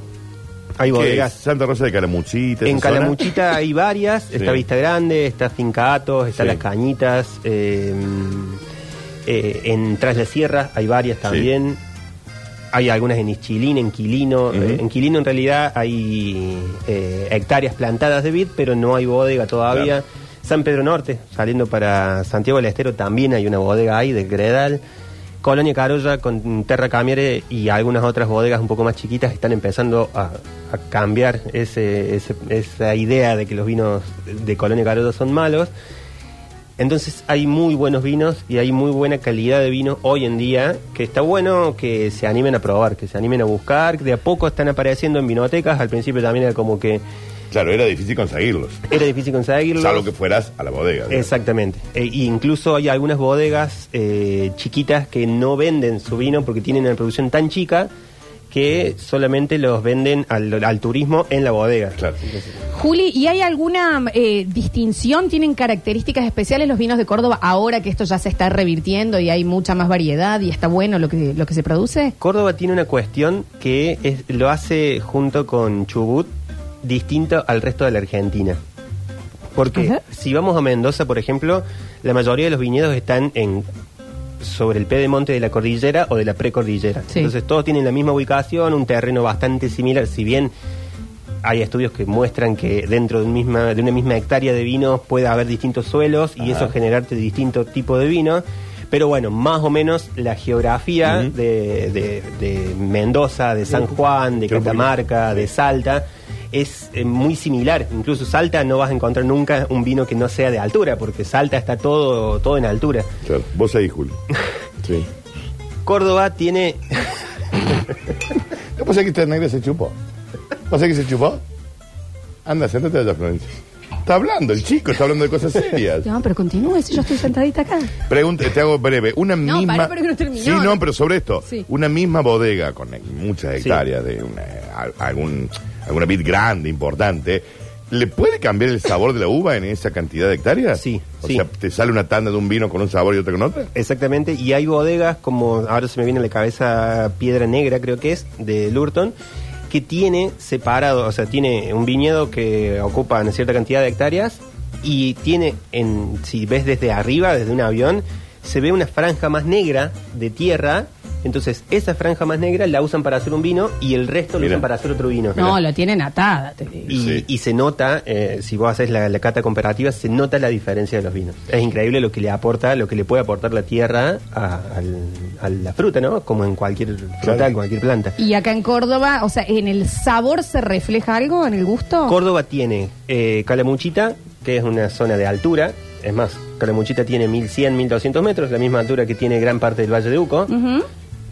S3: Hay
S2: Que
S3: bodegas.
S2: Santa Rosa de Calamuchita.
S3: En
S2: esa zona.
S3: Calamuchita hay varias, está Vista Grande, está Finca Atos, está
S2: Sí.
S3: Las Cañitas, eh, eh, en Tras la Sierra hay varias también. Hay algunas en Ischilín, en Quilino.
S2: Ujú.
S3: Eh, en Quilino en realidad hay eh, hectáreas plantadas de vid, pero no hay bodega todavía.
S2: Claro.
S3: San Pedro Norte, saliendo para Santiago del Estero, también hay una bodega ahí de Gredal. Colonia Carolla con Terra Camiere y algunas otras bodegas un poco más chiquitas están empezando a, a cambiar ese- ese- esa idea de que los vinos de Colonia Carolla son malos. Entonces hay muy buenos vinos y hay muy buena calidad de vino hoy en día que está bueno que se animen a probar, que se animen a buscar. que De a poco están apareciendo en vinotecas. Al principio también era como que
S2: Claro, era difícil conseguirlos.
S3: era difícil conseguirlos.
S2: Salvo que fueras a la bodega. ¿verdad?
S3: Exactamente. E- y incluso hay algunas bodegas eh, chiquitas que no venden su vino porque tienen una producción tan chica que solamente los venden al, al turismo en la bodega.
S2: Claro.
S1: Juli, ¿y hay alguna eh, distinción? ¿Tienen características especiales los vinos de Córdoba ahora que esto ya se está revirtiendo y hay mucha más variedad y está bueno lo que, lo que se produce?
S3: Córdoba tiene una cuestión que es- lo hace junto con Chubut distinto al resto de la Argentina. Porque
S1: Ajá.
S3: si vamos a Mendoza, por ejemplo, la mayoría de los viñedos están en sobre el pedemonte de la cordillera o de la precordillera.
S1: Sí.
S3: Entonces todos tienen la misma ubicación, un terreno bastante similar, si bien hay estudios que muestran que dentro de, un misma, de una misma hectárea de vinos puede haber distintos suelos y
S2: Ajá.
S3: eso generarte distinto tipo de vino. Pero bueno, más o menos la geografía
S2: Ujú.
S3: de, de- de Mendoza, de San Juan, de
S2: Quiero un poquito.
S3: Catamarca, de Salta, es eh, muy similar. Incluso Salta no vas a encontrar nunca un vino que no sea de altura, porque Salta está todo, todo en altura.
S2: Claro. Vos ahí, Julio. Sí.
S3: Córdoba tiene.
S2: ¿No pasa que esta negra se chupó? ¿Pasa que se chupó? Anda, siéntate allá, Florencia. Está hablando, el chico está hablando de cosas serias.
S1: No, pero continúe, si yo estoy sentadita acá.
S2: Pregunta, te hago breve. Una
S1: No,
S2: misma.
S1: pará, pero que no terminó.
S2: Sí, no, pero sobre esto.
S1: Sí.
S2: Una misma bodega con eh, muchas hectáreas de una, al- algún, alguna vid grande, importante. ¿Le puede cambiar el sabor de la uva en esa cantidad de hectáreas?
S3: Sí,
S2: O
S3: sí.
S2: sea, ¿te sale una tanda de un vino con un sabor y otra con otra?
S3: Exactamente, y hay bodegas como ahora se me viene a la cabeza Piedra Negra, creo que es, de Lurton, que tiene separado, o sea, tiene un viñedo que ocupa una cierta cantidad de hectáreas y tiene, en, si ves desde arriba, desde un avión, se ve una franja más negra de tierra. Entonces, esa franja más negra la usan para hacer un vino y el resto lo
S2: Mira.
S3: usan para hacer otro vino.
S1: No, lo tienen atada, te digo.
S3: Y,
S2: Sí.
S3: y se nota, eh, si vos haces la, la cata comparativa, se nota la diferencia de los vinos. Es increíble lo que le aporta, lo que le puede aportar la tierra a, al- a la fruta, ¿no? Como en cualquier fruta,
S2: Claro.
S3: en cualquier planta.
S1: Y acá en Córdoba, o sea, ¿en el sabor se refleja algo? ¿En el gusto?
S3: Córdoba tiene eh, Calamuchita, que es una zona de altura. Es más, Calamuchita tiene 1100, 1200 metros, la misma altura que tiene gran parte del Valle de Uco.
S1: Ujú.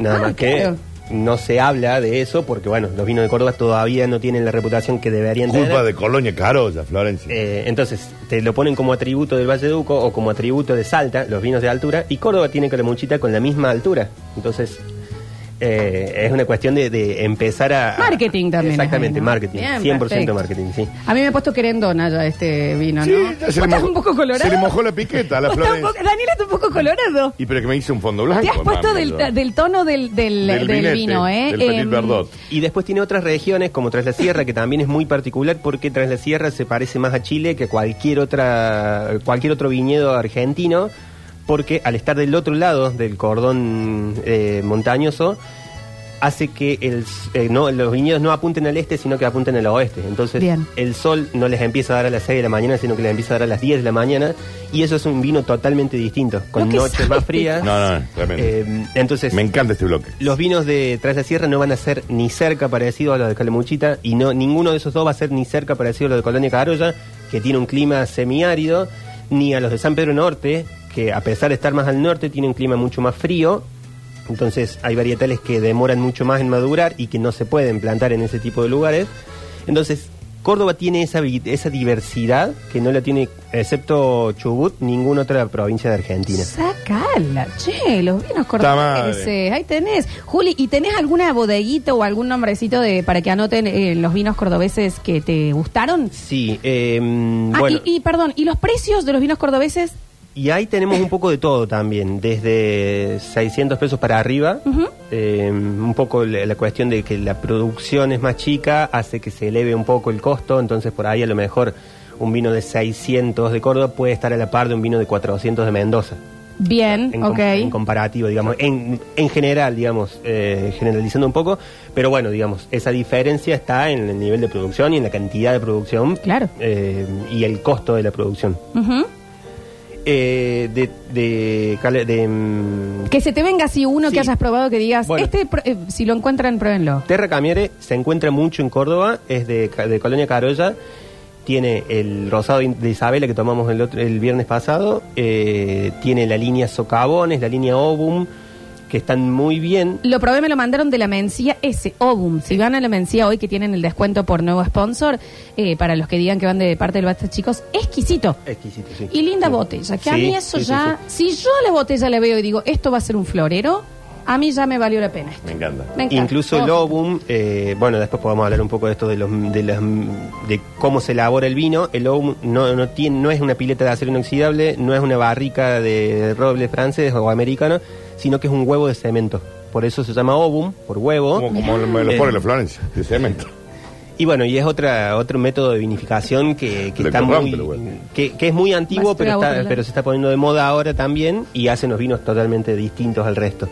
S3: Nada
S1: Ah,
S3: más que
S1: claro.
S3: no se habla de eso porque, bueno, los vinos de Córdoba todavía no tienen la reputación que deberían tener.
S2: Culpa de Colonia Carolla, Florencia.
S3: Eh, entonces, te lo ponen como atributo del Valle de Uco o como atributo de Salta, los vinos de altura, y Córdoba tiene Calamuchita con la misma altura. Entonces, eh, es una cuestión de, de empezar a... a-
S1: Marketing también es
S3: Exactamente,
S1: ahí, ¿no?
S3: marketing.
S1: Bien,
S3: 100%
S1: perfecto.
S3: marketing, sí.
S1: A mí me ha puesto querendona ya este vino,
S2: Sí,
S1: ¿no?
S2: ya se
S1: ¿Vos
S2: le
S1: estás
S2: mojó-
S1: un poco colorado?
S2: se le mojó la piqueta a la
S1: Vos
S2: Florencia.
S1: estás un poco- Daniel está un poco colorado.
S2: Y pero que me hice un fondo blanco.
S1: Te has puesto
S2: hermano,
S1: del,
S2: yo.
S1: del tono del, del,
S2: Del
S1: del
S2: vinete,
S1: vino, ¿eh?
S2: del Petit
S1: Em,
S2: Verdot.
S3: Y después tiene otras regiones como Tras la Sierra, que también es muy particular porque Tras la Sierra se parece más a Chile que a cualquier otra cualquier otro viñedo argentino, porque al estar del otro lado del cordón eh, montañoso hace que el, s- eh, no, los viñedos no apunten al este, sino que apunten al oeste. Entonces
S1: Bien.
S3: el sol no les empieza a dar a las 6 de la mañana, sino que les empieza a dar a las 10 de la mañana. Y eso es un vino totalmente distinto, con
S1: Lo que
S3: noches
S1: sabe.
S3: más frías.
S2: No, no, tremendo.
S3: Eh, entonces
S2: me encanta este bloque.
S3: los vinos de Tras la Sierra no van a ser ni cerca parecidos a los de Calamuchita y no ninguno de esos dos va a ser ni cerca parecido a los de Colonia Carolla, que tiene un clima semiárido, ni a los de San Pedro Norte, que a pesar de estar más al norte tiene un clima mucho más frío. Entonces hay varietales que demoran mucho más en madurar y que no se pueden plantar en ese tipo de lugares. Entonces Córdoba tiene esa, vi- esa diversidad que no la tiene, excepto Chubut, ninguna otra provincia de Argentina.
S1: Sacala, che, los vinos
S2: madre.
S1: cordobeses. Ahí tenés. Juli, ¿y tenés alguna bodeguita o algún nombrecito de para que anoten eh, los vinos cordobeses que te gustaron?
S3: Sí, eh,
S1: Ah,
S3: bueno.
S1: y, y, perdón, ¿y los precios de los vinos cordobeses?
S3: Y ahí tenemos un poco de todo también, desde 600 pesos para arriba,
S1: Ujú.
S3: eh, un poco la, la cuestión de que la producción es más chica, hace que se eleve un poco el costo, entonces por ahí a lo mejor un vino de 600 de Córdoba puede estar a la par de un vino de 400 de Mendoza,
S1: Bien,
S3: en, com-
S1: ok.
S3: en comparativo, digamos, en, en general, digamos, eh, generalizando un poco, pero bueno, digamos, esa diferencia está en el nivel de producción y en la cantidad de producción
S1: Claro.
S3: eh, y el costo de la producción.
S1: Ujú.
S3: Eh, de, de, Cale- de, mm,
S1: Que se te venga así uno
S3: Sí.
S1: que hayas probado que digas,
S3: Bueno.
S1: este, pro- eh, si lo encuentran, pruébenlo.
S3: Terra Camiere se encuentra mucho en Córdoba, es de, Ca- de Colonia Carolla. Tiene el rosado in- de Isabela que tomamos el, otro- el viernes pasado. eh, tiene la línea Socavones, la línea Obum, que están muy bien.
S1: Lo probé, me lo mandaron de la Mencía ese Obum. Si van a la Mencía hoy que tienen el descuento por nuevo sponsor, eh, para los que digan que van de parte del Basta Chicos, exquisito.
S3: Exquisito, sí.
S1: Y linda
S3: Sí.
S1: botella, que a
S3: Sí,
S1: mí eso
S3: sí, sí,
S1: ya,
S3: sí.
S1: si yo a la botella le veo y digo, esto va a ser un florero, a mí ya me valió la pena.
S2: Me encanta.
S1: Me encanta.
S3: Incluso el
S1: Oh.
S3: Obum, eh, bueno, después podemos hablar un poco de esto de los de, las- de cómo se elabora el vino. El Obum no, no tiene, no es una pileta de acero inoxidable, no es una barrica de roble francés o americano, sino que es un huevo de cemento. Por eso se llama Obum, por huevo.
S2: Como, como me lo
S3: Eh.
S2: pone la Florencia, de cemento.
S3: Y bueno, y es otra otro método de vinificación que, que
S2: Le
S3: está
S2: corrompe
S3: muy-
S2: el huevo.
S3: que, que es muy antiguo,
S1: Basta de
S3: pero
S1: agua
S3: está,
S1: con la-
S3: pero se está poniendo de moda ahora también y hacen los vinos totalmente distintos al resto.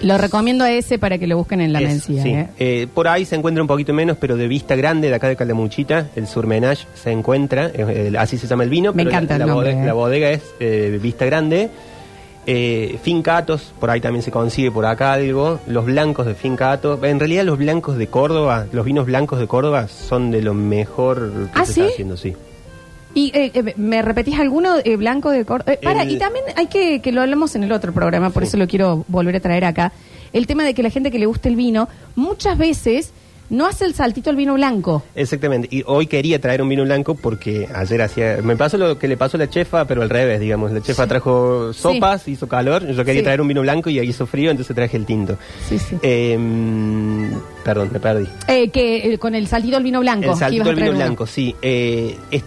S1: Lo recomiendo a ese para que lo busquen en la
S3: Es,
S1: Mencía.
S3: sí.
S1: ¿eh?
S3: Eh, por ahí se encuentra un poquito menos, pero de vista grande, de acá de Caldemuchita, el Surmenage se encuentra, eh, el- así se llama el vino.
S1: Me
S3: pero la-
S1: encanta el
S3: la,
S1: nombre,
S3: bodega,
S1: eh.
S3: la bodega es eh, vista grande. Eh, Finca Atos, por ahí también se consigue por acá algo. Los blancos de Finca Atos. En realidad, los blancos de Córdoba, los vinos blancos de Córdoba son de lo mejor que
S1: ¿Ah,
S3: se está
S1: sí?
S3: haciendo, sí.
S1: ¿Y eh, eh, me repetís alguno eh, blanco de Córdoba? para,
S3: El-
S1: y también hay que que lo hablamos en el otro programa, por eso lo quiero volver a traer acá. El tema de que la gente que le gusta el vino, muchas veces no hace el saltito al vino blanco.
S3: Exactamente. Y hoy quería traer un vino blanco porque ayer hacía. Me pasó lo que le pasó a la chefa, pero al revés, digamos. La chefa trajo sopas, hizo calor. Yo quería
S1: Sí.
S3: traer un vino blanco y hizo frío, entonces traje el tinto.
S1: Sí, sí.
S3: Em, perdón, me perdí.
S1: Eh, que eh, con el saltito al vino blanco.
S3: El
S1: que
S3: saltito
S1: ibas a
S3: al vino
S1: traer uno.
S3: blanco, sí. Eh, es-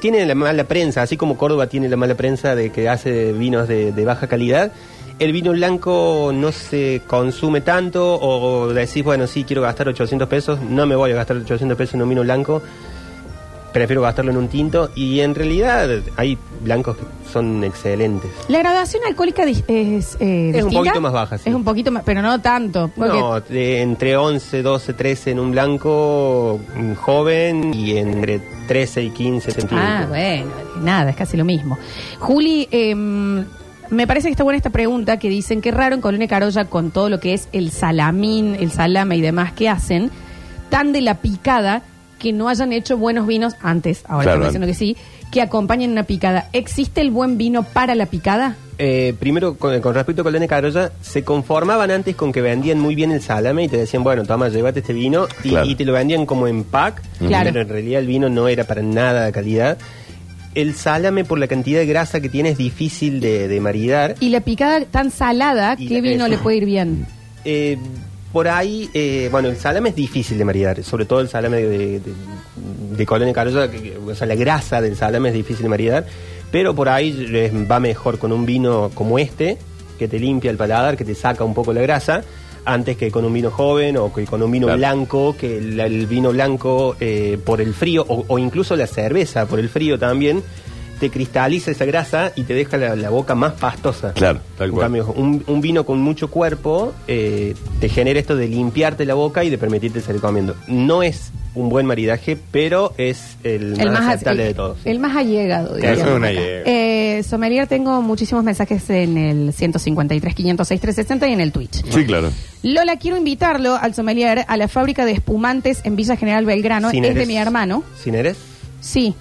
S3: tiene la mala prensa, así como Córdoba tiene la mala prensa de que hace vinos de, de baja calidad. El vino blanco no se consume tanto o, o decís, bueno, sí, quiero gastar 800 pesos, no me voy a gastar 800 pesos en un vino blanco, prefiero gastarlo en un tinto y en realidad hay blancos que son excelentes.
S1: La graduación alcohólica dis- es, eh,
S3: Es un
S1: distinta.
S3: poquito más baja, sí.
S1: Es un poquito más, pero no tanto. porque-
S3: No, de- entre 11, 12, 13 en un blanco mm, joven y entre 13 y 15 centímetros.
S1: Ah, bueno, nada, es casi lo mismo. Juli, em, me parece que está buena esta pregunta que dicen que raro en Colonia Carolla con todo lo que es el salamín, el salame y demás que hacen, tan de la picada que no hayan hecho buenos vinos antes, ahora
S2: Claro,
S1: están diciendo que
S2: antes.
S1: sí, que acompañen una picada. ¿Existe el buen vino para la picada?
S3: Eh, primero, con, con respecto a Colonia Carolla, se conformaban antes con que vendían muy bien el salame y te decían, bueno, toma, llévate este vino y,
S2: Claro.
S3: y te lo vendían como en pack,
S1: Claro.
S3: pero en realidad el vino no era para nada de calidad. El salame, por la cantidad de grasa que tiene, es difícil de, de maridar.
S1: Y la picada tan salada,
S3: Y
S1: ¿qué
S3: la-
S1: vino
S3: eso.
S1: le puede ir bien?
S3: Eh, por ahí, eh, bueno, el salame es difícil de maridar, sobre todo el salame de, de, de Colonia Carolla, que- que- o sea, la grasa del salame es difícil de maridar, pero por ahí eh, va mejor con un vino como este, que te limpia el paladar, que te saca un poco la grasa, antes que con un vino joven o que con un vino
S2: Claro.
S3: blanco, que la- el vino blanco eh, por el frío, o, o incluso la cerveza por el frío también, te cristaliza esa grasa y te deja la, la boca más pastosa.
S2: Claro, tal
S3: En
S2: cual.
S3: cambio, un, un vino con mucho cuerpo eh, te genera esto de limpiarte la boca y de permitirte salir comiendo. No es un buen maridaje, pero es el, más, aceptable
S1: el-
S3: de todos. sí.
S1: el más allegado.
S3: Claro,
S1: digamos.
S2: eso es una
S1: Acá.
S2: llega.
S1: Eh, Sommelier, tengo muchísimos mensajes en el 153, 506, 360 y en el Twitch.
S2: Sí, claro.
S1: Lola, quiero invitarlo al sommelier a la fábrica de espumantes en Villa General Belgrano.
S3: Sin
S1: es de
S3: eres-
S1: mi hermano.
S3: ¿Sin eres?
S1: Sí.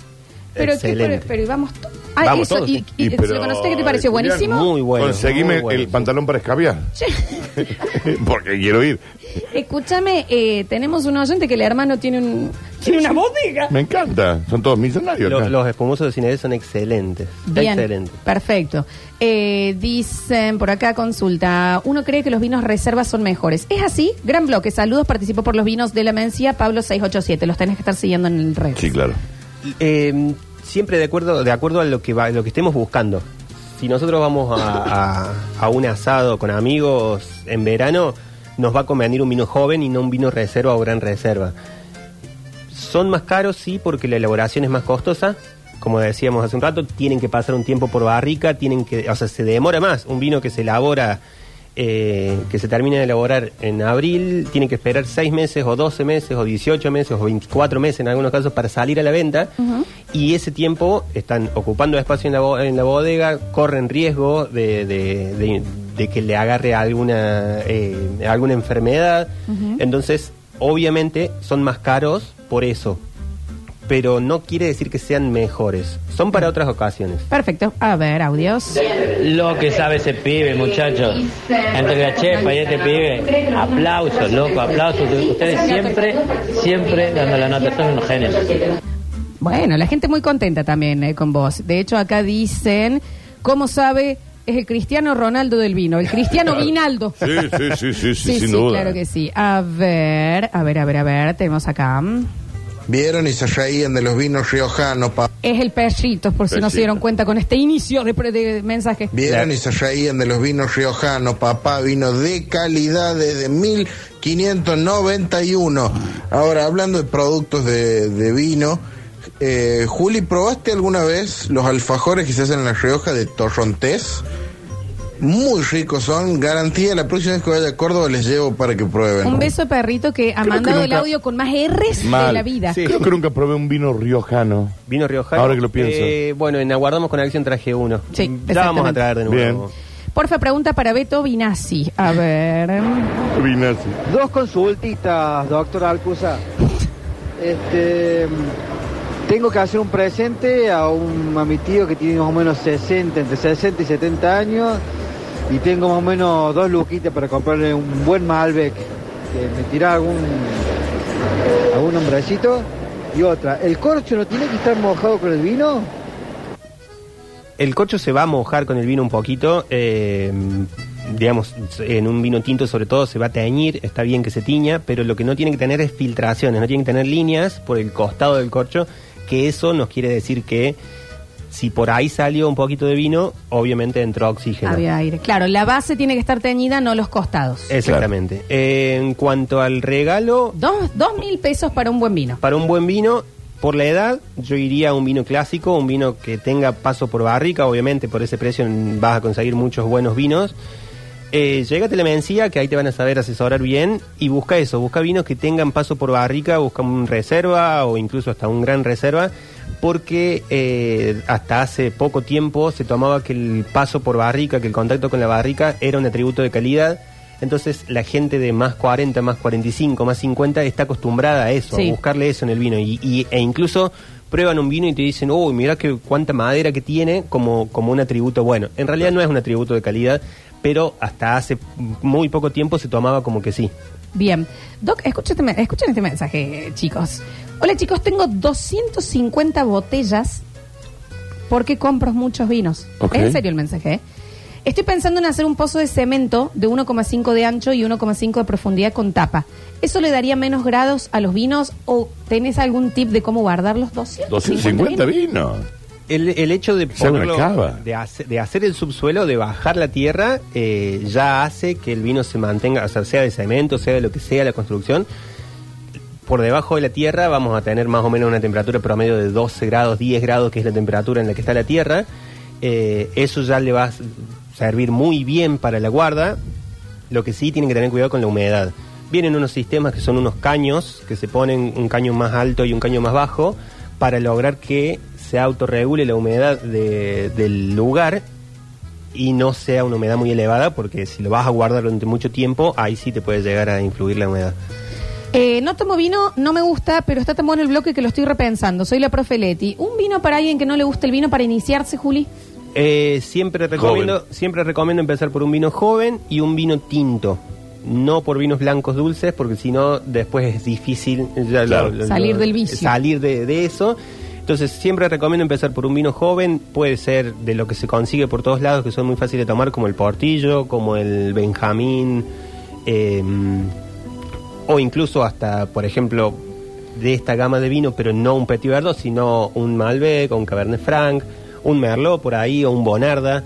S1: Pero, ¿qué- pero,
S3: Excelente.
S1: pero íbamos to- Ah,
S2: Vamos
S1: eso,
S2: todos.
S1: y, y-
S2: Y
S1: ¿se
S2: pero,
S1: lo conociste? ¿Qué te pareció?
S2: Julián,
S1: ¿Buenísimo?
S3: Muy bueno.
S2: Conseguime
S3: muy bueno,
S2: el
S3: sí.
S2: pantalón para escabiar. Porque quiero ir.
S1: Escúchame, eh, tenemos un oyente que el hermano tiene un... Tiene una bodega.
S2: Me encanta. Son todos millonarios.
S3: Lo-
S2: acá.
S3: Los, espumosos de sin eres son excelentes.
S1: Bien,
S3: Excelentes.
S1: perfecto. Eh, dicen por acá consulta, uno cree que los vinos reservas son mejores. ¿Es así? Gran bloque, saludos, participo por los vinos de la Mencía, Pablo 687, los tenés que estar siguiendo en el red.
S2: Sí, claro.
S3: Eh, siempre de acuerdo, de acuerdo a lo que va, lo que estemos buscando. Si nosotros vamos a, a- a un asado con amigos en verano, nos va a convenir un vino joven y no un vino reserva o gran reserva. Son más caros, sí, porque la elaboración es más costosa. Como decíamos hace un rato, tienen que pasar un tiempo por barrica, tienen que, o sea, se demora más. Un vino que se elabora, eh, que se termina de elaborar en abril, tiene que esperar 6 meses o 12 meses o 18 meses o 24 meses en algunos casos para salir a la venta. Y ese tiempo están ocupando espacio en la, bo- en la bodega, corren riesgo de, de- de- de que le agarre alguna, eh, alguna enfermedad. Entonces, obviamente son más caros por eso, pero no quiere decir que sean mejores. Son para otras ocasiones.
S1: Perfecto, a ver, audios.
S4: Lo que sabe ese pibe, muchachos. Entre la chefa y este pibe. Aplausos, loco, aplausos. Ustedes siempre, siempre dando la nota. Son unos genios.
S1: Bueno, la gente muy contenta también eh, con vos. De hecho, acá dicen, ¿cómo sabe? Es el Cristiano Ronaldo del vino, el Cristiano Vinaldo.
S2: Sí, sí, sí, sí, sí, sin duda.
S1: claro que sí. A ver, a ver, a ver, a ver, tenemos acá.
S5: Vieron y se reían de los vinos riojanos, pa-
S1: Es el perrito, por si no se
S2: Perrito.
S1: dieron cuenta con este inicio de, pre- de mensaje.
S5: Vieron y se reían de los vinos riojanos, papá. Vino de calidad desde 1591. Ahora, hablando de productos de, de vino, eh, Juli, ¿probaste alguna vez los alfajores que se hacen en La Rioja de Torrontés? Muy ricos son. Garantía, la próxima vez que vaya a Córdoba les llevo para que prueben.
S1: Un beso de perrito que ha
S2: Creo que
S1: mandado el
S2: nunca-
S1: audio con más R's de
S2: Mal.
S1: la vida.
S3: Sí.
S2: Creo que nunca probé un vino riojano.
S3: Vino Riojano.
S2: Ahora que lo pienso.
S3: eh, bueno, en Aguardamos con Acción traje uno.
S1: Sí,
S3: ya vamos
S1: exactamente.
S3: a traer de nuevo.
S2: Bien.
S1: Porfa, pregunta para Beto Vinassi. A ver.
S2: Vino así.
S6: Dos consultitas, doctor Alcusa. Este, Tengo que hacer un presente a, un, a mi tío que tiene más o menos 60, entre 60 y 70 años. Y tengo más o menos dos luquitas para comprarle un buen Malbec. Que me tira algún, algún hombrecito. Y otra, ¿el corcho no tiene que estar mojado con el vino?
S3: El corcho se va a mojar con el vino un poquito. eh, digamos, en un vino tinto sobre todo se va a teñir, está bien que se tiña, pero lo que no tiene que tener es filtraciones, no tiene que tener líneas por el costado del corcho, que eso nos quiere decir que si por ahí salió un poquito de vino, obviamente entró oxígeno.
S1: Había aire. Claro, la base tiene que estar teñida, no los costados.
S3: Exactamente. Eh, en cuanto al regalo,
S1: Dos, dos mil pesos para un buen vino.
S3: Para un buen vino, por la edad, yo iría a un vino clásico, un vino que tenga paso por barrica, obviamente por ese precio mm, vas a conseguir muchos buenos vinos. Eh, llégate a la mencía, que ahí te van a saber asesorar bien, y busca eso, busca vinos que tengan paso por barrica, busca un reserva o incluso hasta un gran reserva, porque eh, hasta hace poco tiempo se tomaba que el paso por barrica, que el contacto con la barrica era un atributo de calidad, entonces la gente de más 40, más 45, más 50 está acostumbrada a eso,
S1: Sí.
S3: a buscarle eso en el vino, y, y- e incluso prueban un vino y te dicen, uy, mirá que cuánta madera que tiene como, como un atributo bueno. En realidad no es un atributo de calidad, pero hasta hace muy poco tiempo se tomaba como que sí.
S1: Bien. Doc, escúchate- escuchen este mensaje, eh, chicos. Hola, chicos, tengo 250 botellas porque compro muchos vinos.
S2: Ok.
S1: Es en serio el mensaje, ¿eh? Estoy pensando en hacer un pozo de cemento de 1,5 de ancho y 1,5 de profundidad con tapa. ¿Eso le daría menos grados a los vinos o tenés algún tip de cómo guardar los 250?
S2: 250 vinos.
S3: El, el hecho de,
S2: Se abre
S3: ponerlo-
S2: una cava.
S3: de, hace- de hacer el subsuelo, de bajar la tierra, eh, ya hace que el vino se mantenga, o sea, sea de cemento, sea de lo que sea la construcción. Por debajo de la tierra vamos a tener más o menos una temperatura promedio de 12 grados, 10 grados, que es la temperatura en la que está la tierra. Eh, eso ya le va a servir muy bien para la guarda. Lo que sí tienen que tener cuidado con la humedad. Vienen unos sistemas que son unos caños, que se ponen un caño más alto y un caño más bajo, para lograr que se autorregule la humedad de- del lugar y no sea una humedad muy elevada, porque si lo vas a guardar durante mucho tiempo, ahí sí te puede llegar a influir la humedad.
S1: Eh, no tomo vino, no me gusta, pero está tan bueno el bloque que lo estoy repensando. Soy la profe Leti. ¿Un vino para alguien que no le gusta el vino para iniciarse, Juli?
S3: Eh, siempre, recomiendo, siempre recomiendo empezar por un vino joven y un vino tinto. No por vinos blancos dulces, porque si no, después es difícil ya lo-
S2: Claro.
S3: lo-
S1: Salir
S3: lo-
S1: del vicio.
S3: Salir de, de eso. Entonces, siempre recomiendo empezar por un vino joven. Puede ser de lo que se consigue por todos lados, que son muy fáciles de tomar, como el Portillo, como el Benjamín. em, o incluso hasta, por ejemplo, de esta gama de vino, pero no un Petit Verdot, sino un Malbec, o un Cabernet Franc, un Merlot por ahí, o un Bonarda.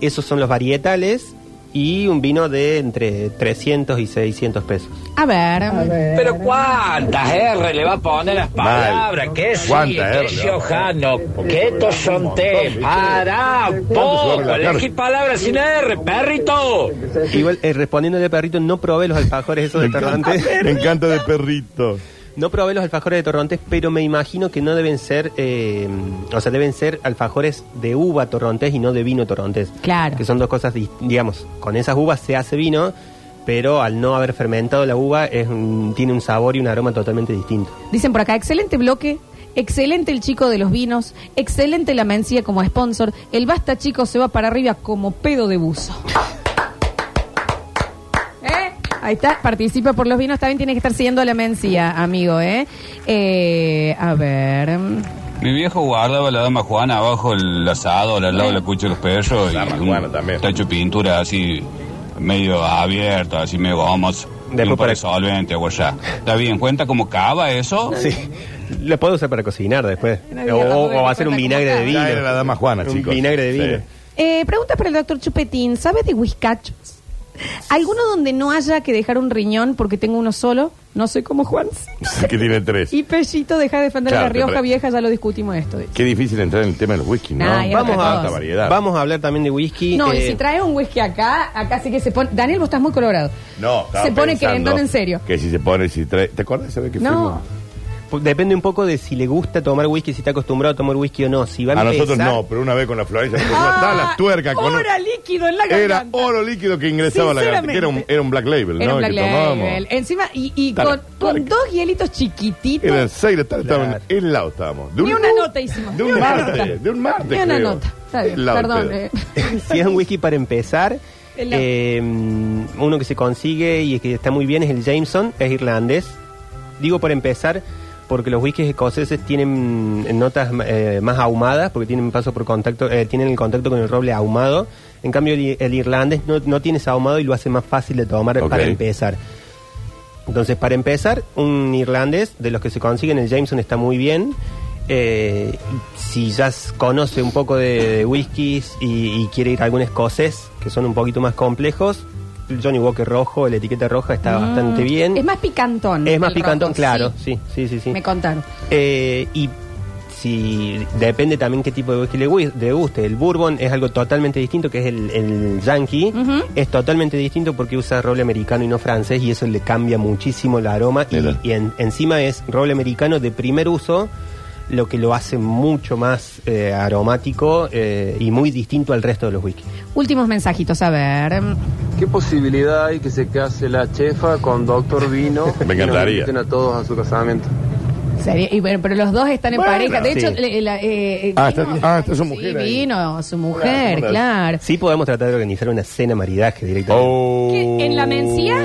S3: Esos son los varietales y un vino de entre 300 y 600 pesos.
S1: A ver.
S7: Eh,
S8: Pero cuántas R le va a poner las
S2: Mal.
S8: palabras, que sí,
S2: ¿Cuántas R
S8: que
S2: le va a poner?
S8: Giojano, que estos son
S2: Un montón,
S8: te.
S2: ¿viste?
S8: Pará, un poco,
S2: se va a relajar?
S8: elegí palabras sin R, perrito.
S3: Igual, eh, respondiéndole perrito, no probé los alfajores esos
S2: Me
S3: de
S2: encanta,
S3: Torrontes.
S2: me encanta de perrito.
S3: No probé los alfajores de Torrontés, pero me imagino que no deben ser, eh, o sea, deben ser alfajores de uva Torrontés y no de vino Torrontés.
S1: Claro.
S3: Que son dos cosas, dis- digamos, con esas uvas se hace vino, pero al no haber fermentado la uva es un- tiene un sabor y un aroma totalmente distinto.
S1: Dicen por acá, excelente bloque, excelente el chico de los vinos, excelente la mencía como sponsor, el basta chico se va para arriba como pedo de buzo. ¿Eh? Ahí está, participa por los vinos, también tiene que estar siguiendo a la mencía, amigo, ¿eh? Eh, a ver.
S7: Mi viejo guardaba la dama Juana abajo el asado, al lado de la cucha de los perros.
S2: La
S7: y
S2: dama
S7: un
S2: Juana también.
S7: Tacho de pintura así, medio abierto, así medio gomoso.
S3: Después
S7: Y un par
S3: para-
S7: de solvente o allá. ¿Está bien? ¿Cuenta como cava eso?
S3: Sí. Lo puedo usar para cocinar después. O, o hacer un vinagre de vino.
S2: Ya era la dama Juana,
S3: Un
S2: chicos.
S3: vinagre de vino.
S2: Sí.
S1: Eh, pregunta para el doctor Chupetín, ¿sabes de whiskachos? ¿Alguno donde no haya que dejar un riñón porque tengo uno solo? No soy como Juan.
S2: Sí, que tiene tres.
S1: Y Pellito, deja de defender a
S2: Claro,
S1: la
S2: te
S1: Rioja
S2: pare-
S1: Vieja, ya lo discutimos esto. dice.
S2: Qué difícil entrar en el tema de los whisky, ¿no?
S1: Nah, y era
S2: Vamos
S1: otra
S2: a
S1: cosa.
S2: tanta variedad.
S3: Vamos a hablar también de whisky.
S1: No, y
S3: eh,
S1: si trae un whisky acá, acá sí que se pone. Daniel, vos estás muy colorado.
S2: No, estaba
S1: Se pone
S2: pensando
S1: querendón en serio.
S2: Que si se pone, si trae. ¿Te acuerdas de esa vez que
S1: No.
S2: fuimos?
S3: po- depende un poco de si le gusta tomar whisky, si está acostumbrado a tomar whisky o no. Si va a,
S2: A nosotros
S3: empezar-
S2: no, pero una vez con la Florencia, que no está la tuerca con un-
S1: Oro líquido en Ah, la
S2: Era
S1: garganta.
S2: oro líquido que ingresaba a la garganta, que era un,
S1: Sinceramente.
S2: era un black label,
S1: Era
S2: ¿no?
S1: un
S2: El
S1: Black
S2: que tomábamos.
S1: Label. Encima, y, y
S2: Está
S1: con,
S2: la
S1: con
S2: tuerca.
S1: dos hielitos chiquititos.
S2: Eran seis de la tarde, estaban
S3: Claro.
S2: en el lado estábamos. De
S1: Ni una nota hicimos,
S2: De
S1: ni
S2: un
S1: una
S2: martes,
S1: nota.
S2: de un martes.
S1: Ni una
S2: creo.
S1: nota. Está bien,
S2: El lado del
S1: perdón.
S2: pedo.
S1: eh.
S3: si es un whisky para empezar,
S1: El lado.
S3: eh, uno que se consigue y que está muy bien es el Jameson, es irlandés. Digo para empezar porque los whiskies escoceses tienen notas eh, más ahumadas, porque tienen paso por contacto, eh, tienen el contacto con el roble ahumado. En cambio, el, el irlandés no, no tiene ese ahumado y lo hace más fácil de tomar
S2: Ok.
S3: para empezar. Entonces, para empezar, un irlandés de los que se consiguen, el Jameson está muy bien. Eh, si ya s- conoce un poco de, de whiskies y, y quiere ir a algún escocés, que son un poquito más complejos, el Johnny Walker rojo, la etiqueta roja está bastante bien.
S1: Mm. Es más picantón.
S3: Es más
S1: el
S3: picantón,
S1: rojo,
S3: claro.
S1: sí.
S3: Sí, sí, sí. sí.
S1: Me contaron.
S3: Eh, y si depende también qué tipo de whisky le, gui- le guste. El bourbon es algo totalmente distinto, que es el, el yankee.
S1: Ujú.
S3: Es totalmente distinto porque usa roble americano y no francés y eso le cambia muchísimo el aroma. Y,
S2: Mira.
S3: y en- encima es roble americano de primer uso, lo que lo hace mucho más eh, aromático eh, y muy distinto al resto de los whiskies.
S1: Últimos mensajitos, a ver.
S9: ¿Qué posibilidad hay que se case la chefa con Doctor Vino?
S2: Me encantaría.
S9: Que nos inviten a todos a su casamiento.
S1: Sería- y bueno, pero los dos están en
S2: Bueno,
S1: pareja. De hecho,
S3: sí.
S1: le- la- eh, eh,
S2: Ah,
S1: vino-
S2: está- ah, está su mujer
S1: Sí,
S2: ahí.
S1: vino su mujer,
S2: Claro,
S1: claro.
S3: Sí podemos tratar de organizar una cena maridaje directamente.
S2: Oh. Uh.
S1: ¿Qué? ¿En la mencía?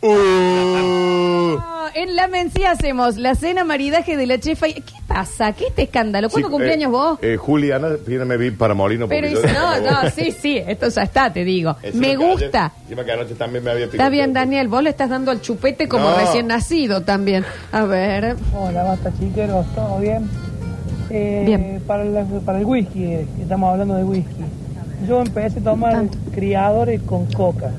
S2: Oh.
S1: Ah, En la mencía hacemos la cena maridaje de la chefa. y- ¿Qué pasa? ¿Qué este escándalo? ¿Cuándo
S2: Sí,
S1: cumpleaños
S2: eh,
S1: vos?
S2: Eh, Juliana, pídeme VIP para Molino.
S1: Pero
S2: porque
S1: dice,
S2: yo-
S1: no, no, sí, sí, esto ya está, te digo.
S2: Encima
S1: Me
S2: que
S1: gusta.
S2: ayer- encima que anoche también me había picado.
S1: Está bien, Daniel, vos le estás dando al chupete como
S2: No.
S1: recién nacido también. A ver.
S10: Hola, basta chiqueros, ¿todo bien? Eh,
S1: Bien.
S10: Para, la- para el whisky, eh, que estamos hablando de whisky. Yo empecé a tomar
S1: Tanto.
S10: criadores con coca.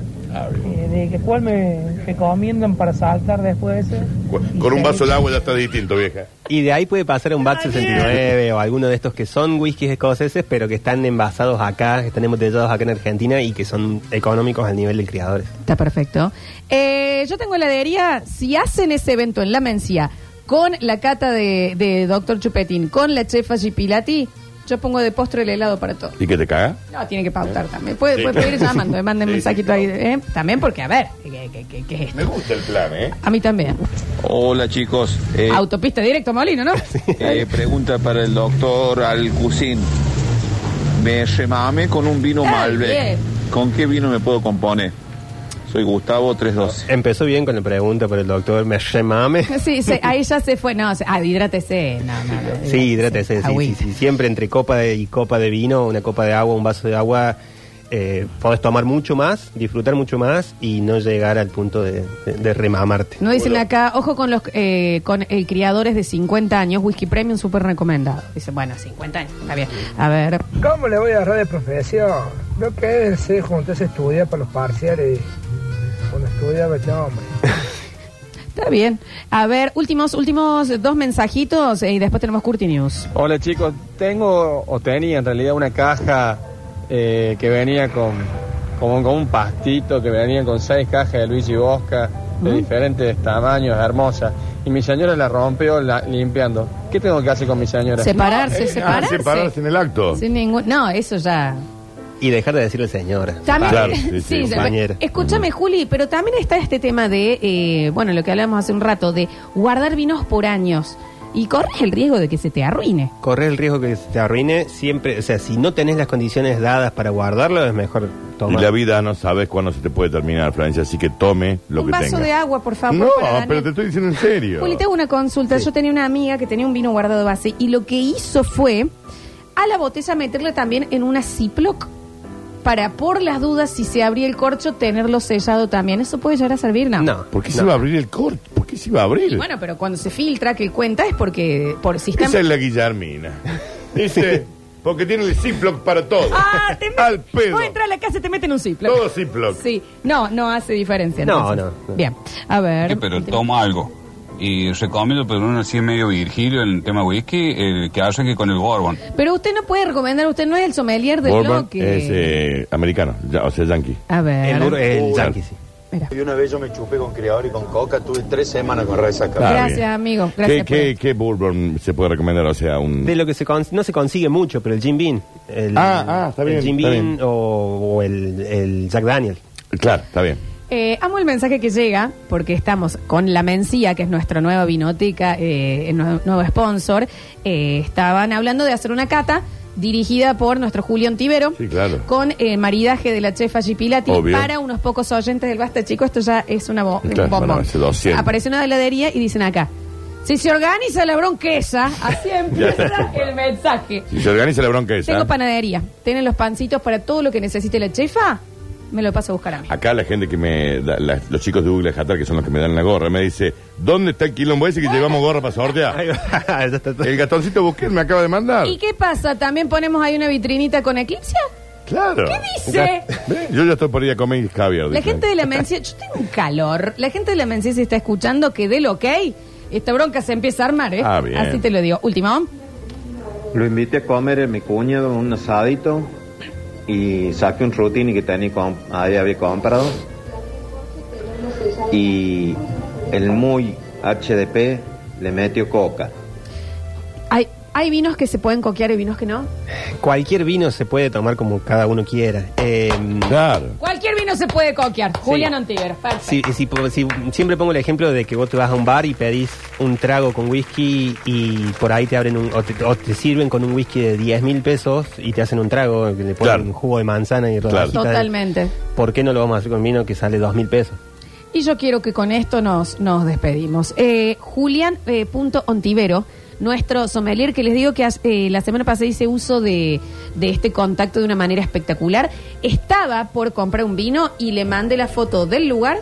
S10: Eh, ¿De que cuál me recomiendan para saltar después de ese?
S2: Cu- Con un vaso de agua ya está distinto, vieja.
S3: Y de ahí puede pasar a un Bat 69 o alguno de estos que son whiskies escoceses, pero que están envasados acá, que están embotellados acá en Argentina y que son económicos al nivel de criadores.
S1: Está perfecto. Eh, yo tengo heladería. Si hacen ese evento en la Mencía con la cata de, de Doctor Chupetín, con la chefa Gipilati, yo pongo de postre el helado para todos.
S2: ¿Y qué te caga?
S1: No, tiene que pautar también. Puede,
S2: Sí.
S1: puede pedir llamando, me manden
S2: Sí,
S1: mensajito
S2: sí,
S1: ahí. ¿eh? También porque, a ver, ¿qué, qué- qué- qué es
S2: Me
S1: esto?
S2: gusta el plan, ¿eh?
S1: A mí también.
S11: Hola chicos, Eh,
S1: Autopista directo a Molino, ¿no?
S11: eh, pregunta para el doctor Alcusin. Me remame con un vino
S1: Ah,
S11: Malbec.
S1: bien.
S11: ¿Con qué vino me puedo componer? Soy Gustavo 312.
S3: Empezó bien con la pregunta por el doctor me llamame.
S1: Sí, sí, ahí ya se fue. No, se- ah, hidrátese. No, no, no,
S3: Sí, hidrátese, sí, sí,
S1: Agüita.
S3: sí. Siempre entre copa de- y copa de vino, una copa de agua, un vaso de agua, eh, podés tomar mucho más, disfrutar mucho más y no llegar al punto de, de- de remamarte.
S1: No dicen acá, ojo con los eh, con eh, criadores de 50 años, whisky premium súper recomendado. Dicen, bueno, 50 años, está bien. A ver,
S10: ¿Cómo le voy a agarrar de profesión? No quédense juntos a estudiar para los parciales. Cuando estudiaba este hombre.
S1: está bien. A ver, últimos últimos dos mensajitos eh, y después tenemos Curti News.
S9: Hola chicos, tengo o tenía en realidad una caja eh, que venía con, como con un pastito, que venía con seis cajas de Luigi Bosca de diferentes tamaños, hermosas. Y mi señora la rompió la- limpiando. ¿Qué tengo que hacer con mi señora?
S1: Separarse,
S2: Eh, ah,
S1: separarse.
S2: separarse en el acto.
S1: Sin ningún, no, eso ya.
S3: Y dejar de decirle señora.
S1: También,
S2: Claro, sí,
S1: sí,
S2: sí,
S1: se-
S3: compañera.
S1: escúchame Juli, pero también está este tema de, eh, bueno, lo que hablamos hace un rato, de guardar vinos por años y corres el riesgo de que se te arruine.
S3: Correr el riesgo que se te arruine siempre, o sea, si no tenés las condiciones dadas para guardarlo, es mejor
S2: Y
S3: tomar.
S2: la vida no sabes cuándo se te puede terminar, Florencia, así que tome lo
S1: un
S2: que
S1: vaso
S2: tengas.
S1: de agua, por favor.
S2: no,
S1: para Daniel.
S2: pero te estoy diciendo en serio.
S1: Juli, te hago una consulta. Yo tenía una amiga que tenía un vino guardado base y lo que hizo fue a la botella meterle también en una Ziploc para, por las dudas, si se abría el corcho, tenerlo sellado también. ¿Eso puede llegar a servir? No.
S3: No.
S2: ¿Por qué se
S3: No.
S2: iba a abrir el corte? ¿Por qué se iba
S1: Y
S2: a abrir?
S1: bueno, pero cuando se filtra, que cuenta, es porque por sistema...
S2: Esa es la Guillermina. Dice, porque tiene el Ziploc para todo.
S1: ¡Ah! Te
S2: Al
S1: meten-
S2: pedo.
S1: Vos entras a la casa y te meten un Ziploc.
S2: Todo Ziploc.
S1: Sí. No, no hace diferencia.
S3: No,
S1: entonces.
S3: no, no.
S1: Bien. A ver.
S7: Sí, pero tomo algo. Y recomiendo, pero uno así medio Virgilio en el tema whisky, el que haya que con el Bourbon.
S1: Pero usted no puede recomendar, usted no es el sommelier del
S2: Bourbon
S1: bloque.
S2: es eh, americano, ya- o sea, yankee.
S1: A ver.
S3: El, el
S2: Uh,
S3: yankee, sí.
S1: Mira.
S12: Y una vez yo me chupé con criador y con coca, tuve tres semanas con resaca.
S2: Está
S1: Gracias,
S2: bien.
S1: amigo.
S2: ¿Qué,
S1: Gracias. por
S2: qué, qué bourbon se puede recomendar? O sea, un...
S3: De lo que se con- no se consigue mucho, pero el Jim Bean. El,
S2: Ah, ah, está bien,
S3: El Jim
S2: está
S3: Bean
S2: bien.
S3: O, o el, el Jack Daniel.
S2: Claro, está bien.
S1: Eh, amo el mensaje que llega porque estamos con La Mencía, que es nuestra nueva vinoteca, eh, nue- nuevo sponsor. Eh, estaban hablando de hacer una cata dirigida por nuestro Julián Tibero.
S2: Sí, claro.
S1: Con eh, maridaje de la chefa Gipilati
S2: Obvio.
S1: para unos pocos oyentes del Basta Chico. Esto ya es una bo-
S2: Claro,
S1: un bombón.
S2: bueno, es 200.
S1: Aparece una heladería y dicen acá, si se organiza la bronquesa, así empieza
S2: está.
S1: el mensaje.
S2: Si se organiza la bronca esa.
S1: Tengo panadería, tienen los pancitos para todo lo que necesite la chefa, me lo paso a buscar a mí.
S2: Acá la gente que me. da- la- los chicos de Google Jatar, que son los que me dan la gorra, me dice: ¿Dónde está el quilombo ese que llevamos gorra para sortear? el gatoncito Busquets me acaba de mandar.
S1: ¿Y qué pasa? ¿También ponemos ahí una vitrinita con Eclipse?
S2: Claro.
S1: ¿Qué dice?
S2: Ve, Yo ya estoy por ir a comer caviar.
S1: La
S2: dice.
S1: gente de la mencia, yo tengo un calor. La gente de la mencia se está escuchando que del ok, esta bronca se empieza a armar, ¿eh?
S13: Ah, bien.
S1: Así te lo digo. Último.
S13: Lo invité a comer a mi cuñado un asadito y saqué un rutini que tenía com- ahí había comprado. Y el muy HDP le metió coca.
S1: Hay, hay vinos que se pueden coquear y vinos que no.
S3: Cualquier vino se puede tomar como cada uno quiera. Em,
S2: claro.
S1: Cualquier vino se puede coquear. Julián Ontiver. Perfecto.
S3: Si, si- si- siempre pongo el ejemplo de que vos te vas a un bar y pedís un trago con whisky y por ahí te abren un, o, te, o te sirven con un whisky de 10 mil pesos y te hacen un trago que le ponen
S2: Claro.
S3: un jugo de manzana y rodajitas de-
S1: Totalmente.
S3: ¿Por qué no lo vamos a hacer con vino que sale 2 mil pesos?
S1: Y yo quiero que con esto nos, nos despedimos. Eh, Julián eh, punto Ontivero, nuestro sommelier, que les digo que hace- eh, la semana pasada hice uso de, de este contacto de una manera espectacular. Estaba por comprar un vino y le mandé la foto del lugar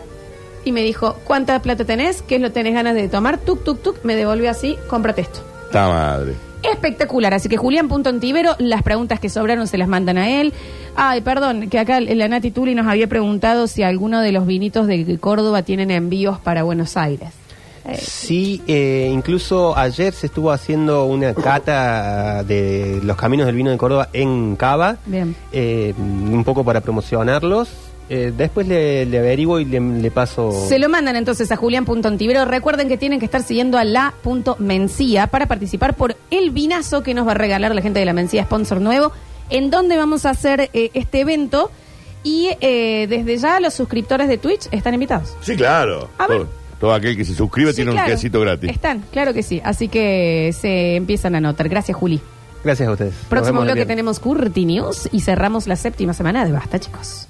S1: y me dijo, ¿cuánta plata tenés? ¿Qué lo tenés ganas de tomar? Tuk, tuk, tuk. Me devolvió así, cómprate esto.
S2: Está madre.
S1: Espectacular, así que Julián Punto Ontivero, las preguntas que sobraron se las mandan a él. Ay, perdón, que acá la Nati Tuli nos había preguntado si alguno de los vinitos de Córdoba tienen envíos para Buenos Aires.
S3: Sí, eh, incluso ayer se estuvo haciendo una cata de los caminos del vino de Córdoba en Cava,
S1: Bien.
S3: eh, un poco para promocionarlos. Eh, después le, le averiguo y le, le paso...
S1: Se lo mandan entonces a Julián Punto Ontivero. Recuerden que tienen que estar siguiendo a la punto Mencía para participar por el vinazo que nos va a regalar la gente de la Mencía, sponsor nuevo, en donde vamos a hacer eh, este evento. Y eh, desde ya los suscriptores de Twitch están invitados.
S2: Sí, claro. Todo, todo aquel que se suscribe
S1: Sí,
S2: tiene
S1: claro.
S2: un quesito gratis.
S1: Están, claro que sí. Así que se empiezan a anotar. Gracias, Juli.
S3: Gracias a ustedes. Nos
S1: Próximo
S3: vemos el
S1: bloque
S3: viernes.
S1: tenemos Curti News y cerramos la séptima semana de Basta, chicos.